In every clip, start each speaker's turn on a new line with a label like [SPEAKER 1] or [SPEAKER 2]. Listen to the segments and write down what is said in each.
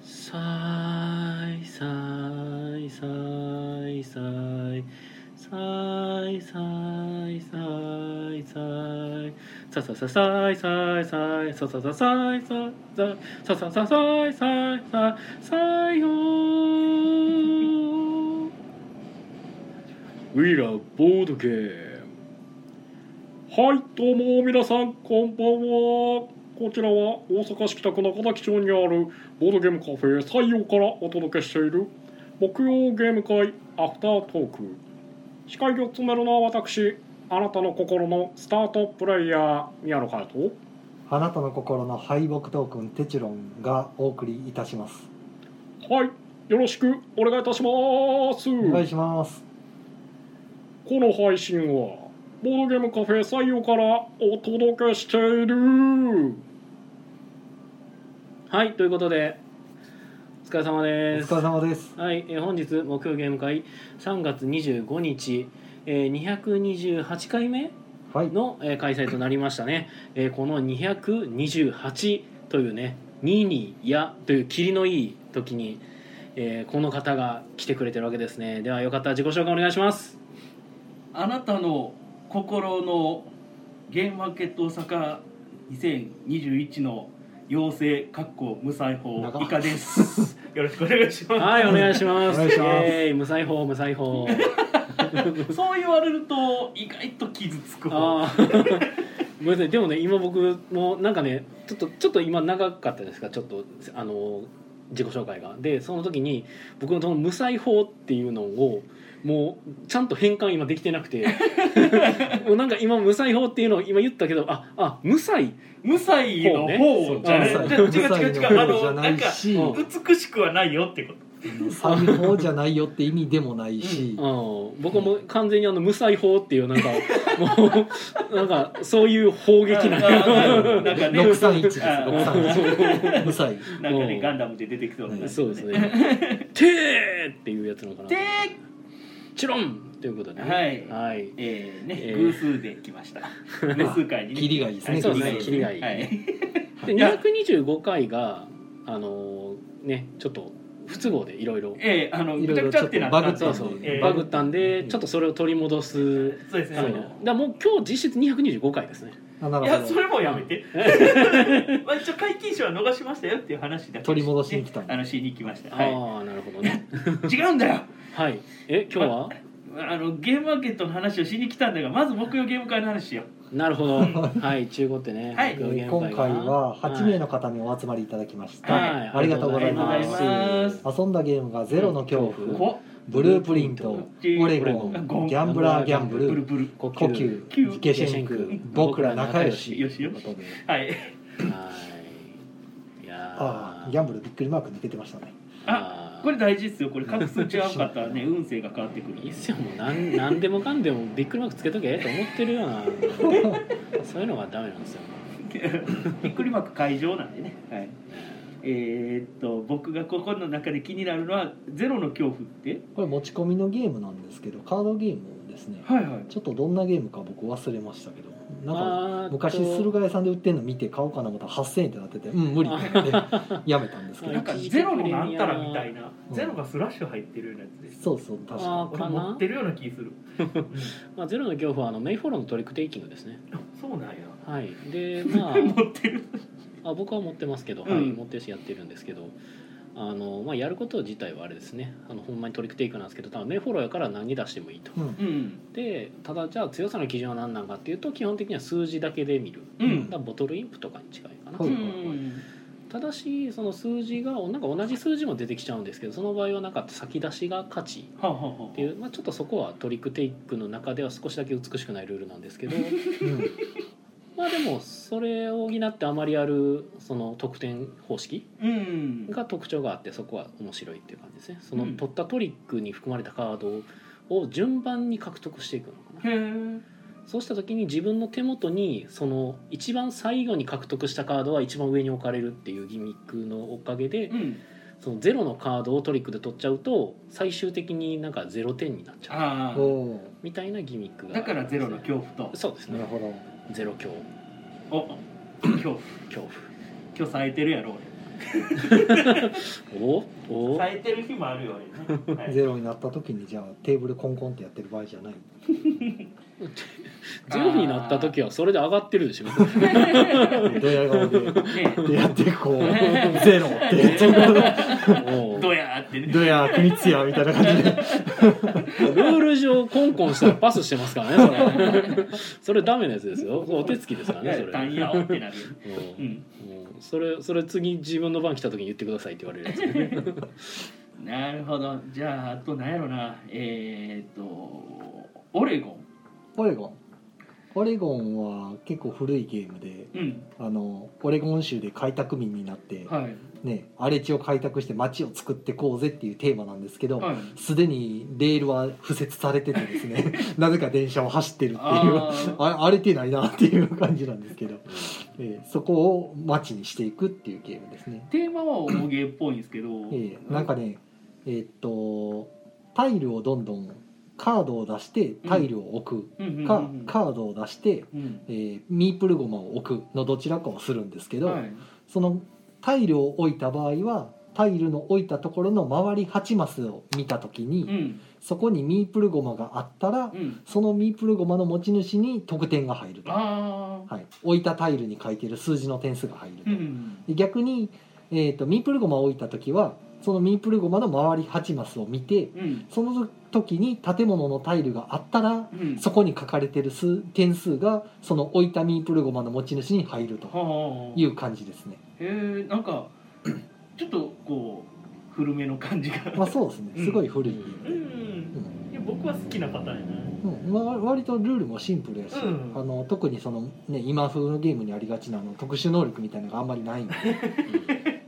[SPEAKER 1] さいさいさいさいさいさいさいさいささささいさいさいささささいささささささいさいさいさいよー We love ボードゲームはいどうも皆さんこんばんはこちらは大阪市北区中崎町にあるボードゲームカフェ採用からお届けしている木曜ゲーム会アフタートーク司会を務めるのは私あなたの心のスタートプレイヤー宮野佳代と
[SPEAKER 2] あなたの心の敗北トークンテチロンがお送りいたします。
[SPEAKER 1] はいよろしくお願いいたします
[SPEAKER 2] お願いします。
[SPEAKER 1] この配信はボードゲームカフェ採用からお届けしているはいということでお疲れ様
[SPEAKER 2] お
[SPEAKER 1] です
[SPEAKER 2] 疲れ様です。
[SPEAKER 1] はい、えー本日目標ゲーム会3月25日、えー228回目
[SPEAKER 2] はい。
[SPEAKER 1] の、えー開催となりましたね、えーこの228というね「2にや」という霧のいい時に、えーこの方が来てくれてるわけですねではよかったら自己紹介お願いします
[SPEAKER 3] あなたの心のゲームマーケット大阪2021の要請かっこ無裁法
[SPEAKER 2] 長っ
[SPEAKER 3] 以下です。よろしくお願いしま
[SPEAKER 1] はいお願いします
[SPEAKER 2] お願いします
[SPEAKER 1] イエーイ無裁法無裁法
[SPEAKER 3] す。そう言われると意外と傷つく方。
[SPEAKER 1] あー ごめんなさいでもね今僕もなんかねちょっとちょっと今長かったですかちょっとあの自己紹介がでその時に僕のその無裁法っていうのをもうちゃんと変換今できてな くてもうなんか今無裁法っていうのを今言ったけどああ無裁
[SPEAKER 3] 無裁の方じゃない。
[SPEAKER 1] そうね
[SPEAKER 3] じゃ違う違う違う。あのなんか
[SPEAKER 2] し
[SPEAKER 1] うん
[SPEAKER 3] 美しくはないよってこと。
[SPEAKER 2] 裁縫じゃないよって意味でもない
[SPEAKER 1] う、ん、
[SPEAKER 2] し
[SPEAKER 1] 僕はもう完全にあの無裁法っていうなんかもうなんかそういう砲撃なん
[SPEAKER 3] あああ
[SPEAKER 1] や
[SPEAKER 3] あなんかね
[SPEAKER 2] 六三一です。
[SPEAKER 3] あ
[SPEAKER 2] 六三一。無罪。
[SPEAKER 3] なんか
[SPEAKER 1] うん
[SPEAKER 3] ねガンダムで出てきそうな感じ。
[SPEAKER 1] そうです。ね「てー!」っていうやつなのかな
[SPEAKER 3] で、
[SPEAKER 1] チロンということでね
[SPEAKER 3] はい
[SPEAKER 1] はい
[SPEAKER 3] えー
[SPEAKER 1] え
[SPEAKER 3] ね
[SPEAKER 1] ー
[SPEAKER 3] 偶数で来 ました。偶数回にね。
[SPEAKER 2] キリがいいです
[SPEAKER 1] ね
[SPEAKER 3] は
[SPEAKER 1] そうですね
[SPEAKER 3] 切
[SPEAKER 1] キリがいい
[SPEAKER 3] はい。
[SPEAKER 1] で
[SPEAKER 3] いや
[SPEAKER 1] 225回があのーねちょっと不都合でいろいろ
[SPEAKER 3] ええあの
[SPEAKER 2] いろ
[SPEAKER 3] ぐ
[SPEAKER 2] い
[SPEAKER 3] ちゃ
[SPEAKER 2] ろ
[SPEAKER 3] ぐちゃってなったんで
[SPEAKER 1] そうそう、
[SPEAKER 3] ええ
[SPEAKER 1] バグったんでちょっとそれを取り戻す
[SPEAKER 3] そうですね
[SPEAKER 1] た
[SPEAKER 3] あ
[SPEAKER 1] めにだか
[SPEAKER 3] の
[SPEAKER 1] らもう今日実質225回ですね
[SPEAKER 2] あないる
[SPEAKER 3] や
[SPEAKER 2] ほ
[SPEAKER 3] そ
[SPEAKER 2] ど。
[SPEAKER 3] れもやめて、まあ、一応解禁賞は逃しましたよっていう話だけ
[SPEAKER 2] 取り戻しに来たの
[SPEAKER 3] ねあのしに来ました、は
[SPEAKER 1] ああなるほどね
[SPEAKER 3] い、違うんだよ
[SPEAKER 1] はいえ今日は
[SPEAKER 3] あのゲームマーケットの話をしに来たんだがまず木曜ゲーム会の話しよ
[SPEAKER 1] なるほ どはい中古ってね
[SPEAKER 3] はい
[SPEAKER 1] 木曜ゲーム
[SPEAKER 2] 今
[SPEAKER 1] 会が
[SPEAKER 2] 回は八名の方にお集まりいただきまし
[SPEAKER 3] 方
[SPEAKER 2] た。
[SPEAKER 3] はい
[SPEAKER 1] はい
[SPEAKER 2] ありがとうございます
[SPEAKER 1] ありがとうございます
[SPEAKER 2] 遊んだゲームがゼロの恐
[SPEAKER 3] う
[SPEAKER 1] うん
[SPEAKER 2] 怖、
[SPEAKER 3] こ
[SPEAKER 2] ブループリント、オレゴン、ギャンブラーギャンブ
[SPEAKER 3] ブル
[SPEAKER 2] ル、
[SPEAKER 3] ブル
[SPEAKER 1] 呼
[SPEAKER 2] 呼吸、イケシェンク、僕ら仲良し。
[SPEAKER 3] よしよ
[SPEAKER 2] ということで
[SPEAKER 3] はい
[SPEAKER 1] はいいや
[SPEAKER 2] ああ、ギ
[SPEAKER 1] ャ
[SPEAKER 2] ャンブルびっくりマーク抜けてましたね。
[SPEAKER 1] あ
[SPEAKER 3] これ大事ですよこれ画数違うかったらね運勢が変わってくる
[SPEAKER 1] い いっすよもう なんなんでもかんでもびっくりマークつけとけと思ってるようなそういうのがダメなんですよ
[SPEAKER 3] びっくりマーク会場なんでね、はい、えーっと僕がここの中で気になるのは「ゼロの恐怖」って
[SPEAKER 2] これ持ち込みのゲームなんですけどカードゲームですね
[SPEAKER 3] はいはい
[SPEAKER 2] ちょっとどんなゲームか僕忘れましたけどなんか
[SPEAKER 1] あーっと
[SPEAKER 2] 昔駿河屋さんで売ってるの見て買おうかなと思ったら8000円ってなっててうん無理ってやめたんですけ
[SPEAKER 3] な
[SPEAKER 2] ど
[SPEAKER 3] んかゼロのなんたらみたいな、ゼロがスラッシュ入ってるようなやつです
[SPEAKER 2] そうそう確か
[SPEAKER 1] あ
[SPEAKER 3] 俺持ってるような気する
[SPEAKER 1] まあ、ゼロの恐怖はあのメイフォローのトリックテイキングですね
[SPEAKER 3] あそうなんや
[SPEAKER 1] はい でま
[SPEAKER 3] 持ってる
[SPEAKER 1] ああ僕は持ってますけど、
[SPEAKER 3] うん
[SPEAKER 1] はい、持ってるしやってるんですけどあの、まあ、やること自体はあれですねあのほんまにトリックテイクなんですけど多分メイフォローやから何出してもいいと
[SPEAKER 2] うん
[SPEAKER 3] うん
[SPEAKER 1] でただじゃあ強さの基準は何なのかっていうと基本的には数字だけで見る
[SPEAKER 3] う
[SPEAKER 1] だ
[SPEAKER 3] ん
[SPEAKER 1] からボトルインプとかに違いかな、
[SPEAKER 2] は
[SPEAKER 3] う
[SPEAKER 2] い
[SPEAKER 3] ん
[SPEAKER 1] ただしその数字がなんか同じ数字も出てきちゃうんですけどその場合はなんか先出しが価値
[SPEAKER 3] はあはあはあ
[SPEAKER 1] っていう、まあ、ちょっとそこはトリックテイクの中では少しだけ美しくないルールなんですけど
[SPEAKER 2] うん
[SPEAKER 1] まあでもそれを補ってあまりあるその得点方式
[SPEAKER 3] うん
[SPEAKER 1] が特徴があってそこは面白いっていう感じですねその
[SPEAKER 3] うん
[SPEAKER 1] 取ったトリックに含まれたカードを順番に獲得していくのかな
[SPEAKER 3] へえ
[SPEAKER 1] そうした時に自分の手元にその一番最後に獲得したカードは一番上に置かれるっていうギミックのおかげで、
[SPEAKER 3] うん
[SPEAKER 1] そのゼロのカードをトリックで取っちゃうと最終的になんかゼロ点になっちゃう
[SPEAKER 3] あ
[SPEAKER 2] おお
[SPEAKER 1] みたいなギミックが
[SPEAKER 3] あだからゼロの
[SPEAKER 1] 恐
[SPEAKER 3] 恐怖と
[SPEAKER 1] そうです
[SPEAKER 2] ーなる
[SPEAKER 1] ね
[SPEAKER 2] ほど
[SPEAKER 1] ゼロ恐
[SPEAKER 3] お恐怖
[SPEAKER 1] 恐怖
[SPEAKER 3] 今日冴えてるやろ
[SPEAKER 1] おお
[SPEAKER 3] 冴えてる日もあるよね、はい
[SPEAKER 2] ゼロになった時にじゃあテーブルコンコンってやってる場合じゃない
[SPEAKER 1] ゼロになった時はそれで上がってるでしょ
[SPEAKER 2] ドヤ顔 で
[SPEAKER 3] ね
[SPEAKER 2] でやってこう「ゼロ」 って
[SPEAKER 1] おう
[SPEAKER 3] ドヤーっ
[SPEAKER 2] 「
[SPEAKER 3] てね
[SPEAKER 2] ドヤ国津や」みたいな感じで
[SPEAKER 1] ルール上コンコンしたらパスしてますからねそれ それダメなやつですよお手つきですからねそれ
[SPEAKER 3] ダンヤオってなるよね
[SPEAKER 1] う
[SPEAKER 3] うんん
[SPEAKER 1] うんそれそれ次自分の番来た時に言ってくださいって言われるやつね
[SPEAKER 3] なるほどじゃああと何やろなえー、っとオレゴ
[SPEAKER 2] オレゴンオレゴンは結構古いゲームで
[SPEAKER 3] ンうん
[SPEAKER 2] あのオレゴン州で開拓民になって、
[SPEAKER 3] はい
[SPEAKER 2] ね、荒れ地を開拓して町を作ってこうぜっていうテーマなんですけど、
[SPEAKER 3] はい
[SPEAKER 2] すでにレールは敷設されててです ねなぜか電車を走ってるっていう
[SPEAKER 3] あ
[SPEAKER 2] あ
[SPEAKER 3] ー
[SPEAKER 2] 荒れてないなっていう感じなんですけど、えーそこを町にしていくっていうゲームですね、
[SPEAKER 3] テーマは重げっぽいんですけど、
[SPEAKER 2] えーなんかねえーっとタイルをどんどんカードを出してタイルを置く
[SPEAKER 3] うんうんうんうん
[SPEAKER 2] か、カードを出して、
[SPEAKER 3] うん
[SPEAKER 2] えーミープルゴマを置くのどちらかをするんですけど、
[SPEAKER 3] はい
[SPEAKER 2] そのタイルを置いた場合はタイルの置いたところの周り8マスを見た時に、
[SPEAKER 3] うん
[SPEAKER 2] そこにミープルゴマがあったら、
[SPEAKER 3] うん
[SPEAKER 2] そのミープルゴマの持ち主に得点が入ると、は
[SPEAKER 3] ああ
[SPEAKER 2] い、置いたタイルに書いてる数字の点数が入ると、
[SPEAKER 3] うん
[SPEAKER 2] で逆に、えー、とミープルゴマを置いた時はそのミープルゴマの周り8マスを見て
[SPEAKER 3] うん
[SPEAKER 2] その時に建物のタイルがあったら
[SPEAKER 3] うん
[SPEAKER 2] そこに書かれてる数点数がその置いたミープルゴマの持ち主に入ると
[SPEAKER 3] はあ
[SPEAKER 2] いう感じですね。
[SPEAKER 3] へえなんかちょっとこう古めの感じが、
[SPEAKER 2] まあそうですね
[SPEAKER 3] うん
[SPEAKER 2] すごい古いゲーム
[SPEAKER 3] う
[SPEAKER 2] で、
[SPEAKER 3] んいや僕は好きなパターンやな
[SPEAKER 2] うんまあ、割とルールもシンプルやし、
[SPEAKER 3] うん
[SPEAKER 2] あの特にその、ね、今風のゲームにありがちなあの特殊能力みたいなのがあんまり ないんで、え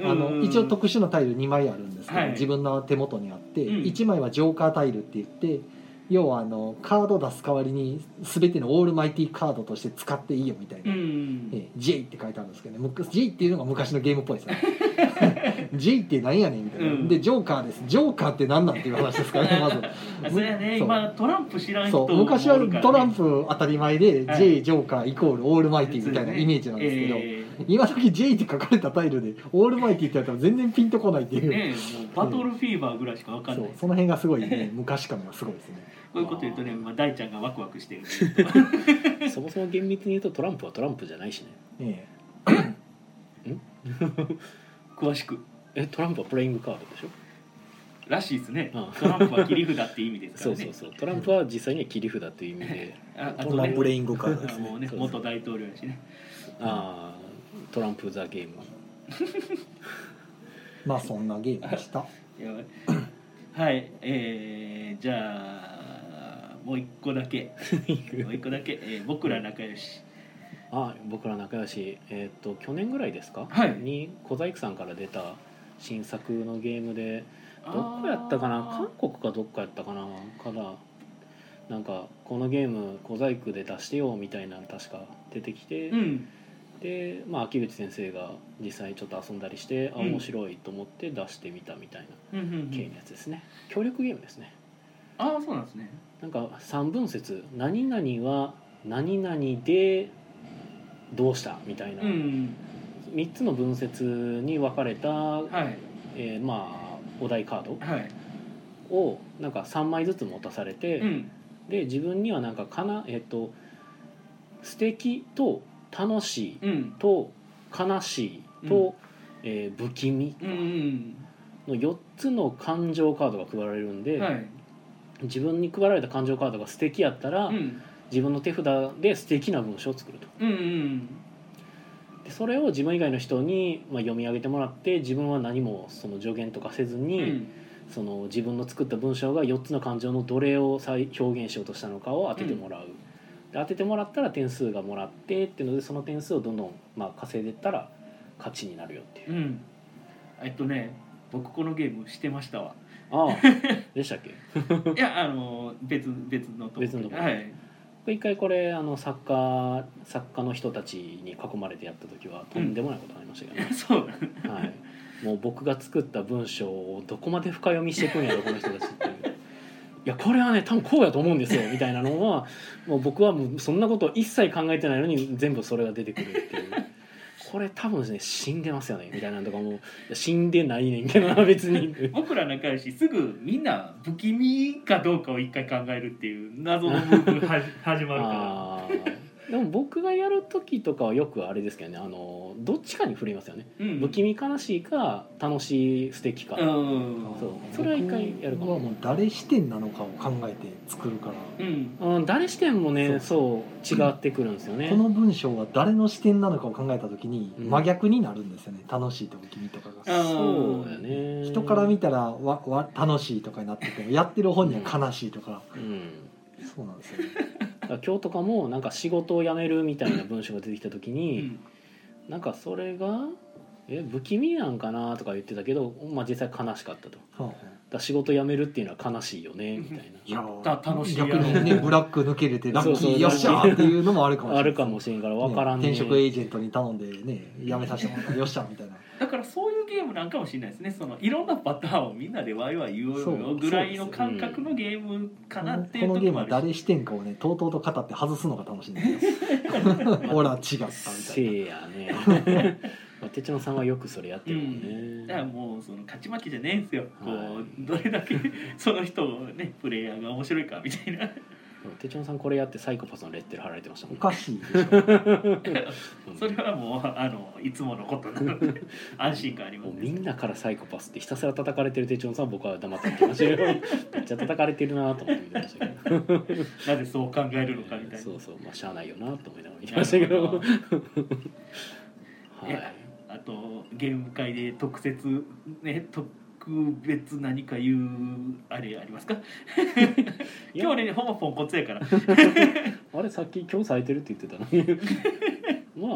[SPEAKER 2] えあ
[SPEAKER 3] う
[SPEAKER 2] の
[SPEAKER 3] ん
[SPEAKER 2] 一応特殊なタイル2枚あるんですけど、
[SPEAKER 3] はい
[SPEAKER 2] 自分の手元にあって、
[SPEAKER 3] うん
[SPEAKER 2] 1枚はジョーカータイルって言って要はあのカード出す代わりに全てのオールマイティカードとして使っていいよみたいな。
[SPEAKER 3] うん
[SPEAKER 2] ええ J って書いてあるんですけどねむく J っていうのが昔のゲームっぽいですね J ってなんやねんみたいな、
[SPEAKER 3] うん
[SPEAKER 2] でジョーカーですジョーカーって何なんっていう話ですからねまず
[SPEAKER 3] あ そうやね
[SPEAKER 2] そう
[SPEAKER 3] 今トランプ知らん人
[SPEAKER 2] そう
[SPEAKER 3] も
[SPEAKER 2] 昔は
[SPEAKER 3] おるからね
[SPEAKER 2] トランプ当たり前で
[SPEAKER 3] はい
[SPEAKER 2] J ジョーカーイコールオールマイティみたいなイメージなんですけど、
[SPEAKER 3] え
[SPEAKER 2] 今時 J って書かれたタイルでオールマイティってやったら全然ピンとこないってい
[SPEAKER 3] え
[SPEAKER 2] う、
[SPEAKER 3] ねえもうバトルフィーバーぐらいしかわ
[SPEAKER 2] そ
[SPEAKER 3] かん
[SPEAKER 2] う
[SPEAKER 3] ない
[SPEAKER 2] その辺がすごいね昔感がすごいですね
[SPEAKER 3] こういうこと言うとね、まあ、大ちゃんがワクワ クしてる
[SPEAKER 1] そもそも厳密に言うとトランプはトランプじゃないしね
[SPEAKER 2] え
[SPEAKER 3] 詳しく
[SPEAKER 1] えトランプはプレイングカードでしょ
[SPEAKER 3] らしいですね
[SPEAKER 1] うん
[SPEAKER 3] トランプは切り札って意味です
[SPEAKER 1] そ
[SPEAKER 3] から
[SPEAKER 1] う
[SPEAKER 3] ね
[SPEAKER 1] そうそうトランプは実際には切り札という意味で
[SPEAKER 2] え
[SPEAKER 3] ああ
[SPEAKER 2] ト
[SPEAKER 3] と
[SPEAKER 2] ラ
[SPEAKER 3] ね
[SPEAKER 2] ンプレイングカードです
[SPEAKER 3] もう
[SPEAKER 2] ね
[SPEAKER 3] ね
[SPEAKER 1] そうそう
[SPEAKER 3] 元大統領やしね
[SPEAKER 1] あートランプ・ザ・ゲーム
[SPEAKER 2] まあそんなゲームでした
[SPEAKER 3] やばいはいえー、じゃあもう一個だ けもう一個だけ、えー、僕ら仲良し
[SPEAKER 1] あ僕ら仲良し、えー、と去年ぐらいですか、
[SPEAKER 3] はい
[SPEAKER 1] に小細工さんから出た新作のゲームで どこやったかな韓国かどっかやったかなからなんかこのゲーム小細工で出してよみたいなの確か出てきて、
[SPEAKER 3] うん
[SPEAKER 1] で、まあ、秋口先生が実際ちょっと遊んだりして、あ
[SPEAKER 3] うん
[SPEAKER 1] 面白いと思って出してみたみたい
[SPEAKER 3] うんうんう
[SPEAKER 1] な系の
[SPEAKER 3] ん
[SPEAKER 1] やつですね、協力ゲームですね
[SPEAKER 3] ああそうなんですね
[SPEAKER 1] なんか三分節何々は何々でどうしたみたいな、
[SPEAKER 3] うん
[SPEAKER 1] 3つの分節に分かれた、
[SPEAKER 3] はい
[SPEAKER 1] えーまあお題カード
[SPEAKER 3] はい
[SPEAKER 1] をなんか3枚ずつ持たされて、
[SPEAKER 3] うん
[SPEAKER 1] で自分にはなんかかなえっ、と素敵と楽しい
[SPEAKER 3] うん
[SPEAKER 1] と悲しいと、
[SPEAKER 3] うん
[SPEAKER 1] えー不気味
[SPEAKER 3] うんうん
[SPEAKER 1] の4つの感情カードが配られるん
[SPEAKER 3] うん
[SPEAKER 1] で、
[SPEAKER 3] はい
[SPEAKER 1] 自分に配られた感情カードが素敵やったら、
[SPEAKER 3] うん
[SPEAKER 1] 自分の手札で素敵な文章を作ると
[SPEAKER 3] うんうん
[SPEAKER 1] でそれを自分以外の人に、まあ、読み上げてもらって自分は何もその助言とかせず
[SPEAKER 3] う
[SPEAKER 1] に、
[SPEAKER 3] ん
[SPEAKER 1] その自分の作った文章が4つの感情のどれを再表現しようとしたのかを当ててもらう、で当ててもらったら点数がもらってっていうのでその点数をどんどんまあ稼いでったら勝ちになるよっていうう、
[SPEAKER 3] んえっとね僕このゲームしてましたわ
[SPEAKER 1] ああでしたっけ
[SPEAKER 3] いやあの別別のとこ
[SPEAKER 1] 別のとこ
[SPEAKER 3] はい
[SPEAKER 1] 僕一回これあの作家作家の人たちに囲まれてやった時はとんでもないことになりましたけど、ね
[SPEAKER 3] そうなの
[SPEAKER 1] はい、もう僕が作った文章をどこまで深読みしていくんやろこの人たちっていう。いやこれはね多分こうやと思うんですよみたいなのはもう僕はもうそんなこと一切考えてないのに全部それが出てくるっていうこれ多分ね死んでますよねみたいなのとかもいや死んでないねんけどな別に
[SPEAKER 3] 僕ら仲良しすぐみんな不気味かどうかを一回考えるっていう謎のムーブは 始まるか
[SPEAKER 1] あーでも僕がやる時とかはよくあれですけどねあのどっちかに振りますよね、
[SPEAKER 3] ら、うん
[SPEAKER 1] 不気味悲しいか楽しい素敵か、
[SPEAKER 3] うん
[SPEAKER 1] そうそれは一回やるか
[SPEAKER 2] 僕はもう誰視点なのかを考えて作るから、
[SPEAKER 3] うん
[SPEAKER 1] うん、誰視点もねそう違ってくるんですよね、
[SPEAKER 2] この文章は誰の視点なのかを考えた時に
[SPEAKER 1] うん
[SPEAKER 2] 真逆になるんですよね、楽しいと不気味とかが。
[SPEAKER 3] あ
[SPEAKER 1] そうだよね
[SPEAKER 2] 人から見たらわわ楽しいとかになっててもやってる本には悲しいとか、
[SPEAKER 1] うん
[SPEAKER 2] そうなんですよね
[SPEAKER 1] だから今日とかもなんか仕事を辞めるみたいな文章が出てきた時
[SPEAKER 3] う
[SPEAKER 1] に、
[SPEAKER 3] ん
[SPEAKER 1] なんかそれがえ不気味なんかなとか言ってたけど、まあ、実際悲しかったとだか
[SPEAKER 2] はあはあ
[SPEAKER 1] ら仕事辞めるっていうのは悲しいよねみたい
[SPEAKER 2] いや
[SPEAKER 3] た楽しいやろ
[SPEAKER 2] 逆にねブラック抜けれてラッキ
[SPEAKER 1] そうそう
[SPEAKER 2] ーよっしゃーっていうのもあるかもし
[SPEAKER 1] な
[SPEAKER 2] れな
[SPEAKER 1] あ
[SPEAKER 2] い
[SPEAKER 1] るかもしれんから分からん
[SPEAKER 2] ね
[SPEAKER 1] ね
[SPEAKER 2] 転職エージェントに頼んでね辞めさせてもらったよっしゃみたいな
[SPEAKER 3] だからそういうゲームなんかもしれないですねそのいろんなパターンをみんなでワイワイ言おう
[SPEAKER 2] そ
[SPEAKER 3] よ
[SPEAKER 2] う
[SPEAKER 3] ぐらいの感覚のゲームか なってい
[SPEAKER 2] こ
[SPEAKER 3] う
[SPEAKER 2] の
[SPEAKER 3] とこ
[SPEAKER 2] ゲー
[SPEAKER 3] ろ
[SPEAKER 2] ム
[SPEAKER 3] もあ
[SPEAKER 2] は
[SPEAKER 3] る
[SPEAKER 2] 誰
[SPEAKER 3] し
[SPEAKER 2] 視点かをねとうとうと語って外すのが楽しいんですよ ほら違ったみた
[SPEAKER 1] せ
[SPEAKER 2] いな
[SPEAKER 1] やねまあてちのさんはよくそれやってるもんね、
[SPEAKER 3] だからもうその勝ち負けじゃねえんですよ、
[SPEAKER 1] は
[SPEAKER 3] こうどれだけその人をねプレイヤーが面白いかみたいな
[SPEAKER 1] てちのさんこれやってサイコパスのレッテル貼られてましたも
[SPEAKER 2] お
[SPEAKER 1] ん
[SPEAKER 2] かしいでしょ
[SPEAKER 1] うん
[SPEAKER 3] それはもうあのいつものことなので安心感ありま
[SPEAKER 1] も
[SPEAKER 3] す
[SPEAKER 1] う
[SPEAKER 3] ね
[SPEAKER 1] みんなからサイコパスってひたすら叩かれてる手帳さん僕は黙って見てましたけどめっちゃ叩かれてるなと思って見てましたけど
[SPEAKER 3] なぜそう考えるのかみたいな
[SPEAKER 1] そうそうまあしゃあないよなと思いながら見てましたけど
[SPEAKER 3] なる
[SPEAKER 1] は
[SPEAKER 3] ほ
[SPEAKER 1] い
[SPEAKER 3] あとゲーム会で特設ね特別何か言うあれありますか
[SPEAKER 1] いや
[SPEAKER 3] 今日ねほぼポンコツやから
[SPEAKER 1] あれさっき今日咲いてるって言ってたのに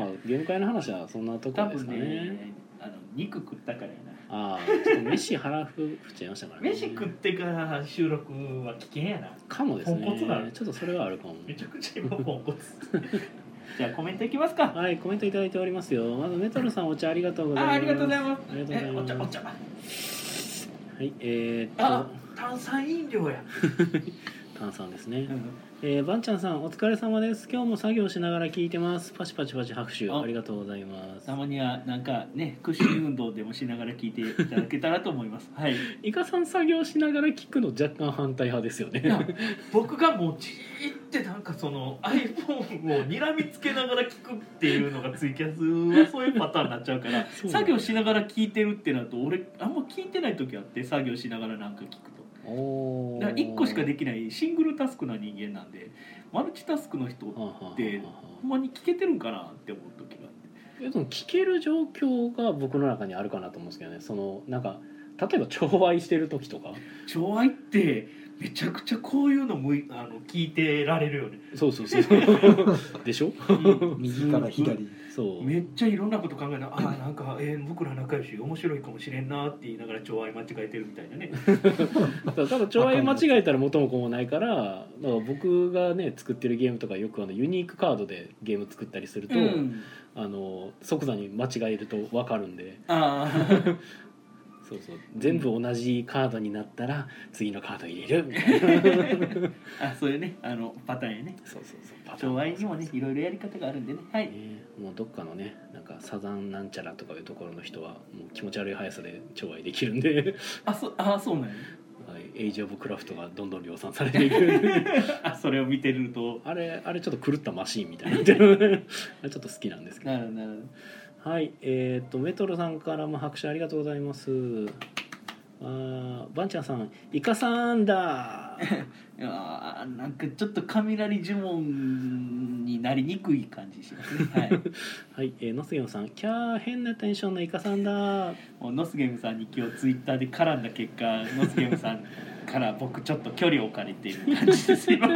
[SPEAKER 1] まあゲーム会の話はそんなとこ
[SPEAKER 3] 多
[SPEAKER 1] です
[SPEAKER 3] 分
[SPEAKER 1] かね
[SPEAKER 3] ねあの肉食ったからやな
[SPEAKER 1] ああちょっと飯腹ふふっちゃいましたからね
[SPEAKER 3] 飯食ってから収録は危険やな
[SPEAKER 1] かもですね
[SPEAKER 3] ポンコツだ
[SPEAKER 1] ちょっとそれはあるかも
[SPEAKER 3] めちゃくちゃ今ポ ンコツじゃあコメントいきますか
[SPEAKER 1] はいコメントいただいておりますよまずメトロさんお茶ありがとうござい
[SPEAKER 3] あ
[SPEAKER 1] ます
[SPEAKER 3] ありがとうございます
[SPEAKER 1] ありがとう
[SPEAKER 3] えお
[SPEAKER 1] ござい
[SPEAKER 3] 茶
[SPEAKER 1] ま
[SPEAKER 3] お
[SPEAKER 1] す
[SPEAKER 3] 茶
[SPEAKER 1] はいえー、っと
[SPEAKER 3] あ炭酸飲料や、
[SPEAKER 1] 炭酸ですね、えー、ばんちゃんさんお疲れ様です今日も作業しながら聞いてますパチパチパチ拍手
[SPEAKER 3] あ
[SPEAKER 1] ありがとうございます
[SPEAKER 3] たまにはなんかね屈伸運動でもしながら聞いていただけたらと思います はい
[SPEAKER 1] イカさん作業しながら聞くの若干反対派ですよ
[SPEAKER 3] いや
[SPEAKER 1] ね
[SPEAKER 3] 僕がもうじーってなんかその iPhone をにらみつけながら聞くっていうのがツイキャスはそういうパターンになっちゃうから
[SPEAKER 1] そう
[SPEAKER 3] 作業しながら聞いてるってなると俺あんま聞いてない時あって作業しながらなんか聞くと
[SPEAKER 1] お
[SPEAKER 3] だから1個しかできないシングルタスクな人間なんでマルチタスクの人ほ
[SPEAKER 1] はあはあはあはあ
[SPEAKER 3] でんまに聞けてるんかなって思う時があって
[SPEAKER 1] えでも聞ける状況が僕の中にあるかなと思うんですけどねそのなんか例えば調愛してる時とか
[SPEAKER 3] 超愛ってめちゃくちゃこういうのむいあの聞いてられるよね、
[SPEAKER 1] そうそうそう でしょ
[SPEAKER 2] 右から左
[SPEAKER 1] そう
[SPEAKER 3] めっちゃいろんなこと考えなあーなんか、えー僕ら仲良し面白いかもしれんなって言いながら調和間違えてるみたいなね
[SPEAKER 1] だからただ調和間違えたら元も子もないからだから僕がね作ってるゲームとかよくあのユニークカードでゲーム作ったりすると、あの即座に間違えると分かるんで
[SPEAKER 3] ああ
[SPEAKER 1] そうそう全部同じカードになったら次のカード入れるみた いな
[SPEAKER 3] あそういうねあのパターンやね
[SPEAKER 1] そうそうそうパターン
[SPEAKER 3] 調和にもねいろいろやり方があるんでねはい
[SPEAKER 1] ねもうどっかのねなんかサザンなんちゃらとかいうところの人はもう気持ち悪い速さで調和できるんで、
[SPEAKER 3] あそあそうなんや、
[SPEAKER 1] はい、エイジ・オブ・クラフトがどんどん量産されていくんで
[SPEAKER 3] あ それを見てると
[SPEAKER 1] あれあれちょっと狂ったマシーンみたいにな ってるあれちょっと好きなんですけど
[SPEAKER 3] なるほどなるほど
[SPEAKER 1] はい、えっ、とメトロさんからも拍手ありがとうございます。あーバンちゃんさん、イカさんだ。
[SPEAKER 3] いやーなんかちょっと雷呪文になりにくい感じしますね。
[SPEAKER 1] は
[SPEAKER 3] はい。
[SPEAKER 1] い、えー、のすげんさん、キャー変なテンションのイカさん だ。
[SPEAKER 3] もうノスゲムさんに今日ツイッターで絡んだ結果、ノスゲムさんから僕ちょっと距離を置かれている感じです今。
[SPEAKER 1] お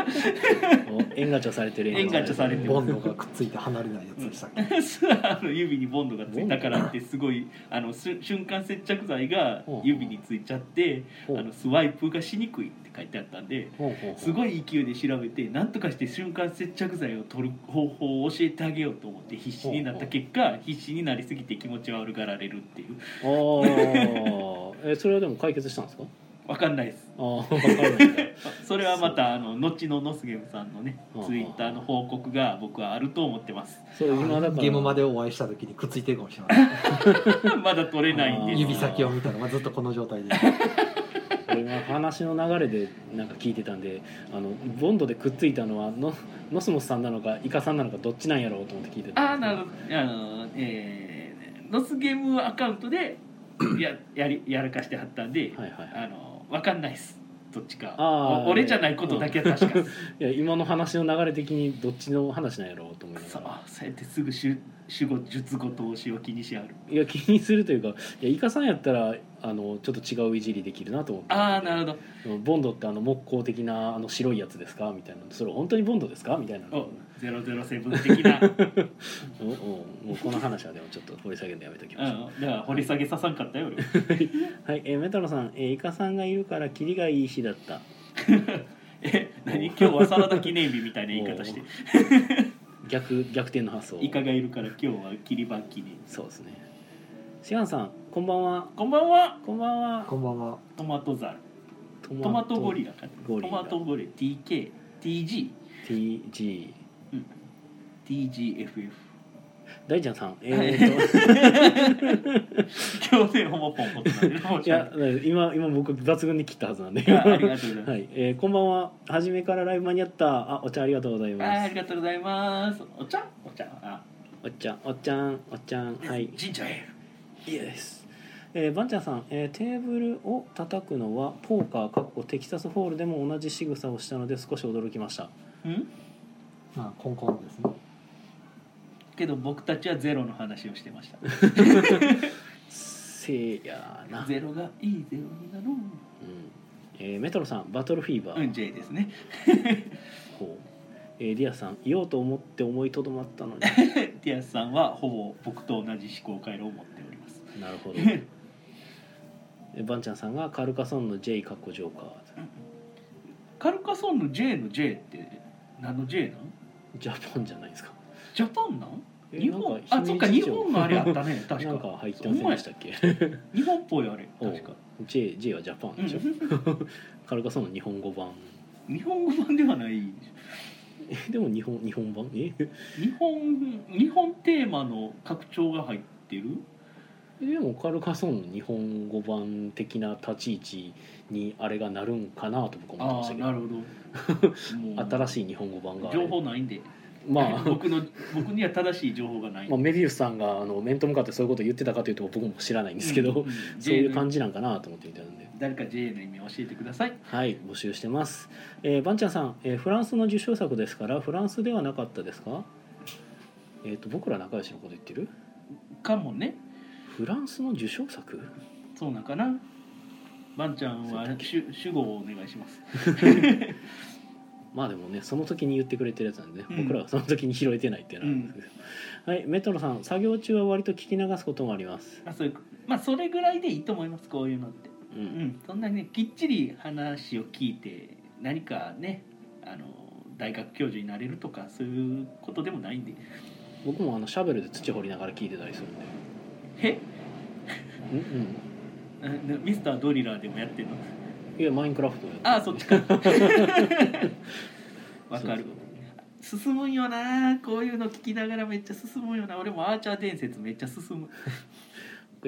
[SPEAKER 1] 円ガチャされてる。
[SPEAKER 3] 円ガチャされてる
[SPEAKER 2] ボンドがくっついて離れないやつでしたっけ
[SPEAKER 3] あの指にボンドがついたからってすごいあのす瞬間接着剤が指についちゃって、
[SPEAKER 1] ほう
[SPEAKER 3] あのスワイプがしにくいって書いてあったんで。
[SPEAKER 1] ほうほうほう
[SPEAKER 3] すごい勢いで調べて何とかして瞬間接着剤を取る方法を教えてあげようと思って必死になった結果必死になりすぎて気持ち悪がられるっていう
[SPEAKER 1] ああ、えーそれはでも解決したんですか？
[SPEAKER 3] わかんないです
[SPEAKER 1] ああ分かんない んだ
[SPEAKER 3] それはまたあの後のノスゲムさんのね
[SPEAKER 1] はあはあ
[SPEAKER 3] ツイッターの報告が僕はあると思ってます
[SPEAKER 1] そう今だから
[SPEAKER 2] ゲームまでお会いした時にくっついてるかもしれない
[SPEAKER 3] まだ取れないんです
[SPEAKER 2] 指先を見たのがずっとこの状態で
[SPEAKER 1] 俺今話の流れでなんか聞いてたんであのボンドでくっついたのはノノスモスさんなのかイカさんなのかどっちなんやろうと思って聞いてた
[SPEAKER 3] ああなるほどあのえー、ノスゲームアカウントでややり やらかしてはったんで、
[SPEAKER 1] はいはい
[SPEAKER 3] あのわかんないっすどっちか
[SPEAKER 1] あー
[SPEAKER 3] お俺じゃないことだけは確か です、
[SPEAKER 1] いや今の話の流れ的にどっちの話なんやろうと思いな
[SPEAKER 3] そ
[SPEAKER 1] が
[SPEAKER 3] う
[SPEAKER 1] ら
[SPEAKER 3] そうやってすぐ主主語術語投資を気にしある
[SPEAKER 1] いや気にするというかいやイカさんやったらあのちょっと違ういじりできるなと思って
[SPEAKER 3] ああなるほ
[SPEAKER 1] うんボンドってあの木工的なあの白いやつですかみたいなそれ本当にボンドですかみたいな
[SPEAKER 3] どおゼロゼロセブン 的な、うん、
[SPEAKER 1] うんうんもうこの話はでもちょっと掘り下げるのやめときましょう
[SPEAKER 3] だから掘り下げささんかったよ俺
[SPEAKER 1] はい、えー、メタロさん、えー、イカさんがいるからキリがいい日だった
[SPEAKER 3] え何今日はサラダ記念日みたいな言い方して
[SPEAKER 1] 逆逆転の発想
[SPEAKER 3] イカがいるから今日は切り場記念
[SPEAKER 1] そうですねシアンさんこんばんは
[SPEAKER 3] こんばんは
[SPEAKER 1] こんばんは
[SPEAKER 2] こんばんは
[SPEAKER 3] トマトザル
[SPEAKER 1] トマ
[SPEAKER 3] トマトゴリラか
[SPEAKER 1] ゴ
[SPEAKER 3] ト
[SPEAKER 1] リラ
[SPEAKER 3] マトゴリラ TKTGTGFF
[SPEAKER 1] TG 大ちゃんさんえ
[SPEAKER 3] は
[SPEAKER 1] ー、
[SPEAKER 3] い
[SPEAKER 1] と
[SPEAKER 3] 今日でほぼポンコツなんで申
[SPEAKER 1] い
[SPEAKER 3] し
[SPEAKER 1] や
[SPEAKER 3] 訳
[SPEAKER 1] 今今僕抜群に切ったはずなんで
[SPEAKER 3] ないああ
[SPEAKER 1] は
[SPEAKER 3] りがとうございます、
[SPEAKER 1] い、えー、こんばんは初めからライブ間に合ったあお茶ありがとうござい
[SPEAKER 3] あー
[SPEAKER 1] ま
[SPEAKER 3] あ
[SPEAKER 1] す
[SPEAKER 3] りがとうございます。お茶お茶あ、
[SPEAKER 1] おっちゃんおっちゃんおっちゃんはい
[SPEAKER 3] ジンジャーエ
[SPEAKER 1] イエス。えー、バンちゃんさん、えーテーブルを叩くのはポーカーかっこテキサスホールでも同じ仕草をしたので少し驚きました
[SPEAKER 3] ール。うん
[SPEAKER 2] まあコンコンですね
[SPEAKER 3] けど僕たちはゼロの話をしてました。
[SPEAKER 1] せいやな、うん
[SPEAKER 3] ゼロがいいゼロになろ
[SPEAKER 1] えーメトロさんバトルフィーバ
[SPEAKER 3] う。う
[SPEAKER 1] ー、
[SPEAKER 3] ん、J ですね。
[SPEAKER 1] ほうえー、リアさん言おうと思って思いとどまった のに
[SPEAKER 3] ティアスさんはほぼ僕と同じ思考回路を持っております。
[SPEAKER 1] なるほ どえーバンちゃんさんがカルカソンの J かっこジョーカー
[SPEAKER 3] カルカソンの J の J って何の J なん
[SPEAKER 1] ジャポンじゃないですか
[SPEAKER 3] ジャパンなん
[SPEAKER 1] え
[SPEAKER 3] 日本
[SPEAKER 1] なんか
[SPEAKER 3] あ、そっか、
[SPEAKER 1] 姫路
[SPEAKER 3] 日
[SPEAKER 1] 城
[SPEAKER 3] 本のあれあった ね、確
[SPEAKER 1] なんか
[SPEAKER 3] か。
[SPEAKER 1] 入ってませんでしたっけ
[SPEAKER 3] 日本っぽいあれ、
[SPEAKER 1] お
[SPEAKER 3] 確か。
[SPEAKER 1] J, J はジャパンでしょ、
[SPEAKER 3] う
[SPEAKER 1] カルカソンの日本語版
[SPEAKER 3] ん日本語版ではないでしょ
[SPEAKER 1] えでも日本日本版え
[SPEAKER 3] 日本日本テーマの拡張が入ってる
[SPEAKER 1] でもカルカソンの日本語版的な立ち位置にあれがなるんかなと僕は思ってま
[SPEAKER 3] あ
[SPEAKER 1] し
[SPEAKER 3] あ
[SPEAKER 1] たけ
[SPEAKER 3] な
[SPEAKER 1] ど
[SPEAKER 3] るほど もう
[SPEAKER 1] 新しい日本語版があれ
[SPEAKER 3] 情報ないんで、
[SPEAKER 1] まあ
[SPEAKER 3] 僕の僕には正しい情報がないん
[SPEAKER 1] まあメビウスさんがあの面と向かってそういうことを言ってたかというと僕も知らないんですけど、
[SPEAKER 3] んん
[SPEAKER 1] そういう
[SPEAKER 3] JN
[SPEAKER 1] 感じなんかなと思ってみたんで
[SPEAKER 3] 誰か JA の意味を教えてください
[SPEAKER 1] はい募集してます、えー、バンチャンさん、えーフランスの受賞作ですからフランスではなかったですかえっ、と僕ら仲良しのこと言ってる
[SPEAKER 3] かもね
[SPEAKER 1] フランスの受賞作
[SPEAKER 3] そうなんかなバンちゃんは主主語をお願いします
[SPEAKER 1] まあでもねその時に言ってくれてるやつなんでね、
[SPEAKER 3] うん
[SPEAKER 1] 僕らはその時に拾えてないっていうのはあるんですけど、はいメトロさん作業中は割と聞き流すこともあります、
[SPEAKER 3] あそういうまあそれぐらいでいいと思いますこういうのって
[SPEAKER 1] う
[SPEAKER 3] うんんそんなにねきっちり話を聞いて何かねあの大学教授になれるとかそういうことでもないんで
[SPEAKER 1] 僕もあのシャベルで土掘りながら聞いてたりするんで
[SPEAKER 3] え
[SPEAKER 1] うんうん
[SPEAKER 3] あなミスタードリラーでもやってるの
[SPEAKER 1] いやマインクラフトや
[SPEAKER 3] ああそっち かわか
[SPEAKER 1] そ
[SPEAKER 3] る
[SPEAKER 1] う
[SPEAKER 3] 進むんよなこういうの聞きながらめっちゃ進むんよな俺もアーチャー伝説めっちゃ進む
[SPEAKER 1] そう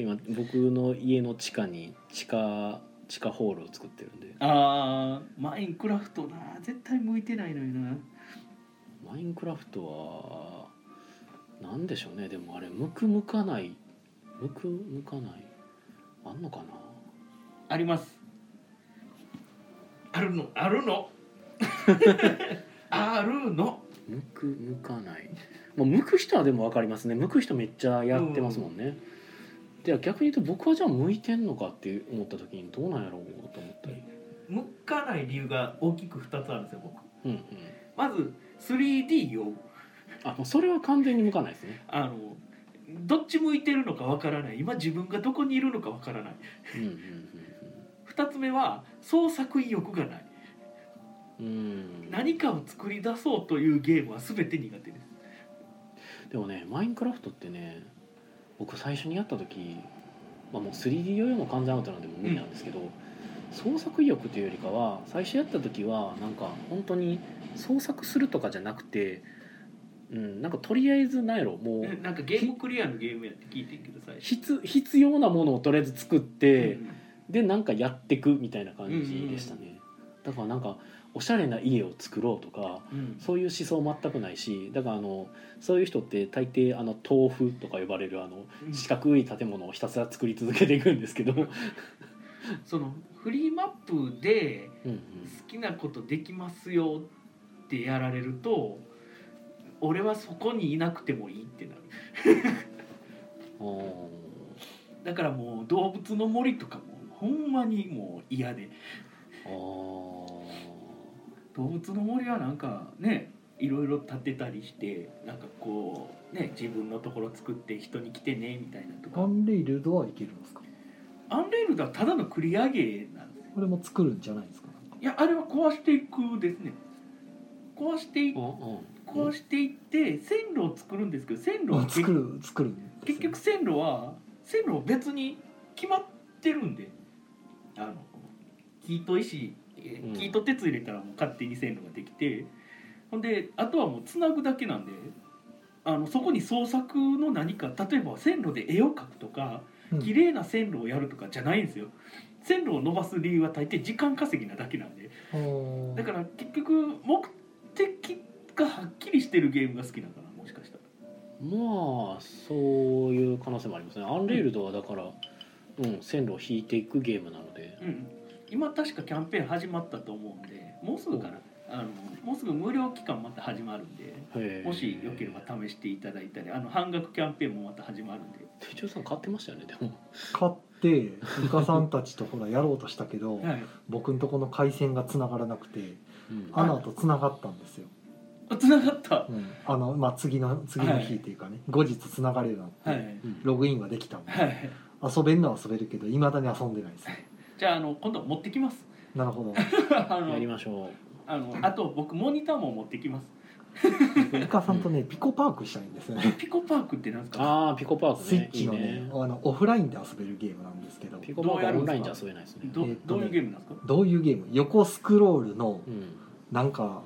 [SPEAKER 1] 今僕の家の地下に地下地下ホールを作ってるんで
[SPEAKER 3] あーマインクラフトな絶対向いてないのよな
[SPEAKER 1] マインクラフトはなんでしょうねでもあれ向く向かない向く向かないあんのかな
[SPEAKER 3] ありますあるのある のあるの
[SPEAKER 1] 向く向かない、まあ、向く人はでも分かりますね向く人めっちゃやってますもんね、では逆に言うと僕はじゃあ向いてんのかって思った時にどうなんやろうと思ったり
[SPEAKER 3] 向かない理由が大きく2つあるんですよ僕
[SPEAKER 1] うんうん
[SPEAKER 3] まず 3D を
[SPEAKER 1] あもうそれは完全に向かないですね
[SPEAKER 3] あのどっち向いてるのかわからない今自分がどこにいるのかわからない
[SPEAKER 1] うんうん
[SPEAKER 3] 2つ目は創作意欲がない
[SPEAKER 1] うんうんうん
[SPEAKER 3] 何かを作り出そうというゲームは全て苦手です
[SPEAKER 1] でもねマインクラフトってね僕最初にやった時、まあ、もう 3D 用も完全アウトなんでもう無理なんですけど、創作意欲というよりかは最初やった時はなんか本当に創作するとかじゃなくて、うん、なんかとりあえずなんやろもう
[SPEAKER 3] なんかゲームクリアのゲームやって聞いてんけど最初
[SPEAKER 1] 必必要なものをとりあえず作って、
[SPEAKER 3] うん
[SPEAKER 1] でなんかやってくみたいな感じでしたね、だからなんかおしゃれな家を作ろうとか
[SPEAKER 3] うん
[SPEAKER 1] そういう思想全くないしだからあのそういう人って大抵あの豆腐とか呼ばれるあの
[SPEAKER 3] うん
[SPEAKER 1] 四角い建物をひたすら作り続けていくんですけど、うん
[SPEAKER 3] そのフリーマップで
[SPEAKER 1] うん、
[SPEAKER 3] 好きなことできますよってやられると俺はそこにいなくてもいいってなる
[SPEAKER 1] お
[SPEAKER 3] だからもう動物の森とかもほんまにもう嫌で
[SPEAKER 1] ーお
[SPEAKER 3] 動物の森はなんかねいろいろ建てたりしてなんかこうね自分のところ作って人に来てねみたいなと
[SPEAKER 2] ア
[SPEAKER 3] か
[SPEAKER 2] ンレイルドはいけるんですか
[SPEAKER 3] アンレールドはただの繰り上げなんですよ
[SPEAKER 2] これも作るんじゃないですか
[SPEAKER 3] いやあれは壊していくですね壊してい
[SPEAKER 1] ーお
[SPEAKER 3] 壊していって線路を作るんですけど線路は
[SPEAKER 2] あ
[SPEAKER 3] 結
[SPEAKER 2] 作る作るんです
[SPEAKER 3] 結
[SPEAKER 2] ね
[SPEAKER 3] 局線路は線路は別に決まってるんであの木と石え
[SPEAKER 1] うん
[SPEAKER 3] ー木と鉄入れたらもう勝手に線路ができて、ほんであとはもうつなぐだけなんであのそこに創作の何か例えば線路で絵を描くとか
[SPEAKER 2] うん
[SPEAKER 3] 綺麗な線路をやるとかじゃないんですよ。線路を伸ばす理由は大抵時間稼ぎなだけなんで
[SPEAKER 2] おー
[SPEAKER 3] だから結局目的がはっきりしてるゲームが好きだからもしかしたら。
[SPEAKER 1] まあそういう可能性もありますねアンレールドはだから、うん、線路を引いていくゲームなので
[SPEAKER 3] うん、今確かキャンペーン始まったと思うんでもうすぐかなあのもうすぐ無料期間また始まるんで
[SPEAKER 1] へー
[SPEAKER 3] もしよければ試していただいたりあの半額キャンペーンもまた始まるんで、
[SPEAKER 1] 手帳さん買ってましたよねでも
[SPEAKER 2] 買ってイカさんたちとほらやろうとしたけど、
[SPEAKER 3] はい、
[SPEAKER 2] 僕んとこの回線が繋がらなくて
[SPEAKER 1] うん
[SPEAKER 2] アナと繋がったんですよ、
[SPEAKER 3] あ繋がった
[SPEAKER 2] うんあのまあ、次の次の日っていうかね、後日繋がれるようにな
[SPEAKER 3] は
[SPEAKER 2] って、
[SPEAKER 3] い
[SPEAKER 1] うん
[SPEAKER 2] ログインはできたんで
[SPEAKER 3] はい
[SPEAKER 2] 遊べるのは遊べるけどいまだに遊んでないですね
[SPEAKER 3] じゃああの今度持ってきます
[SPEAKER 2] なるほど
[SPEAKER 3] あ
[SPEAKER 1] やり
[SPEAKER 3] の
[SPEAKER 1] ましょ
[SPEAKER 3] あのあと僕モニターも持ってきます
[SPEAKER 2] イカさんとねピコパークしたいんですよね
[SPEAKER 3] ピコパークってなんです
[SPEAKER 1] う
[SPEAKER 3] か
[SPEAKER 1] ああピコパークね
[SPEAKER 2] スイッチのね
[SPEAKER 1] いいね
[SPEAKER 2] あのオフラインで遊べるゲームなんですけど
[SPEAKER 1] ピコパークはオンラインじゃ遊べないですね
[SPEAKER 3] ど
[SPEAKER 2] えっとね
[SPEAKER 3] どういうゲームなんですか
[SPEAKER 2] どういうゲーム横スクロールの
[SPEAKER 1] うん
[SPEAKER 2] なんか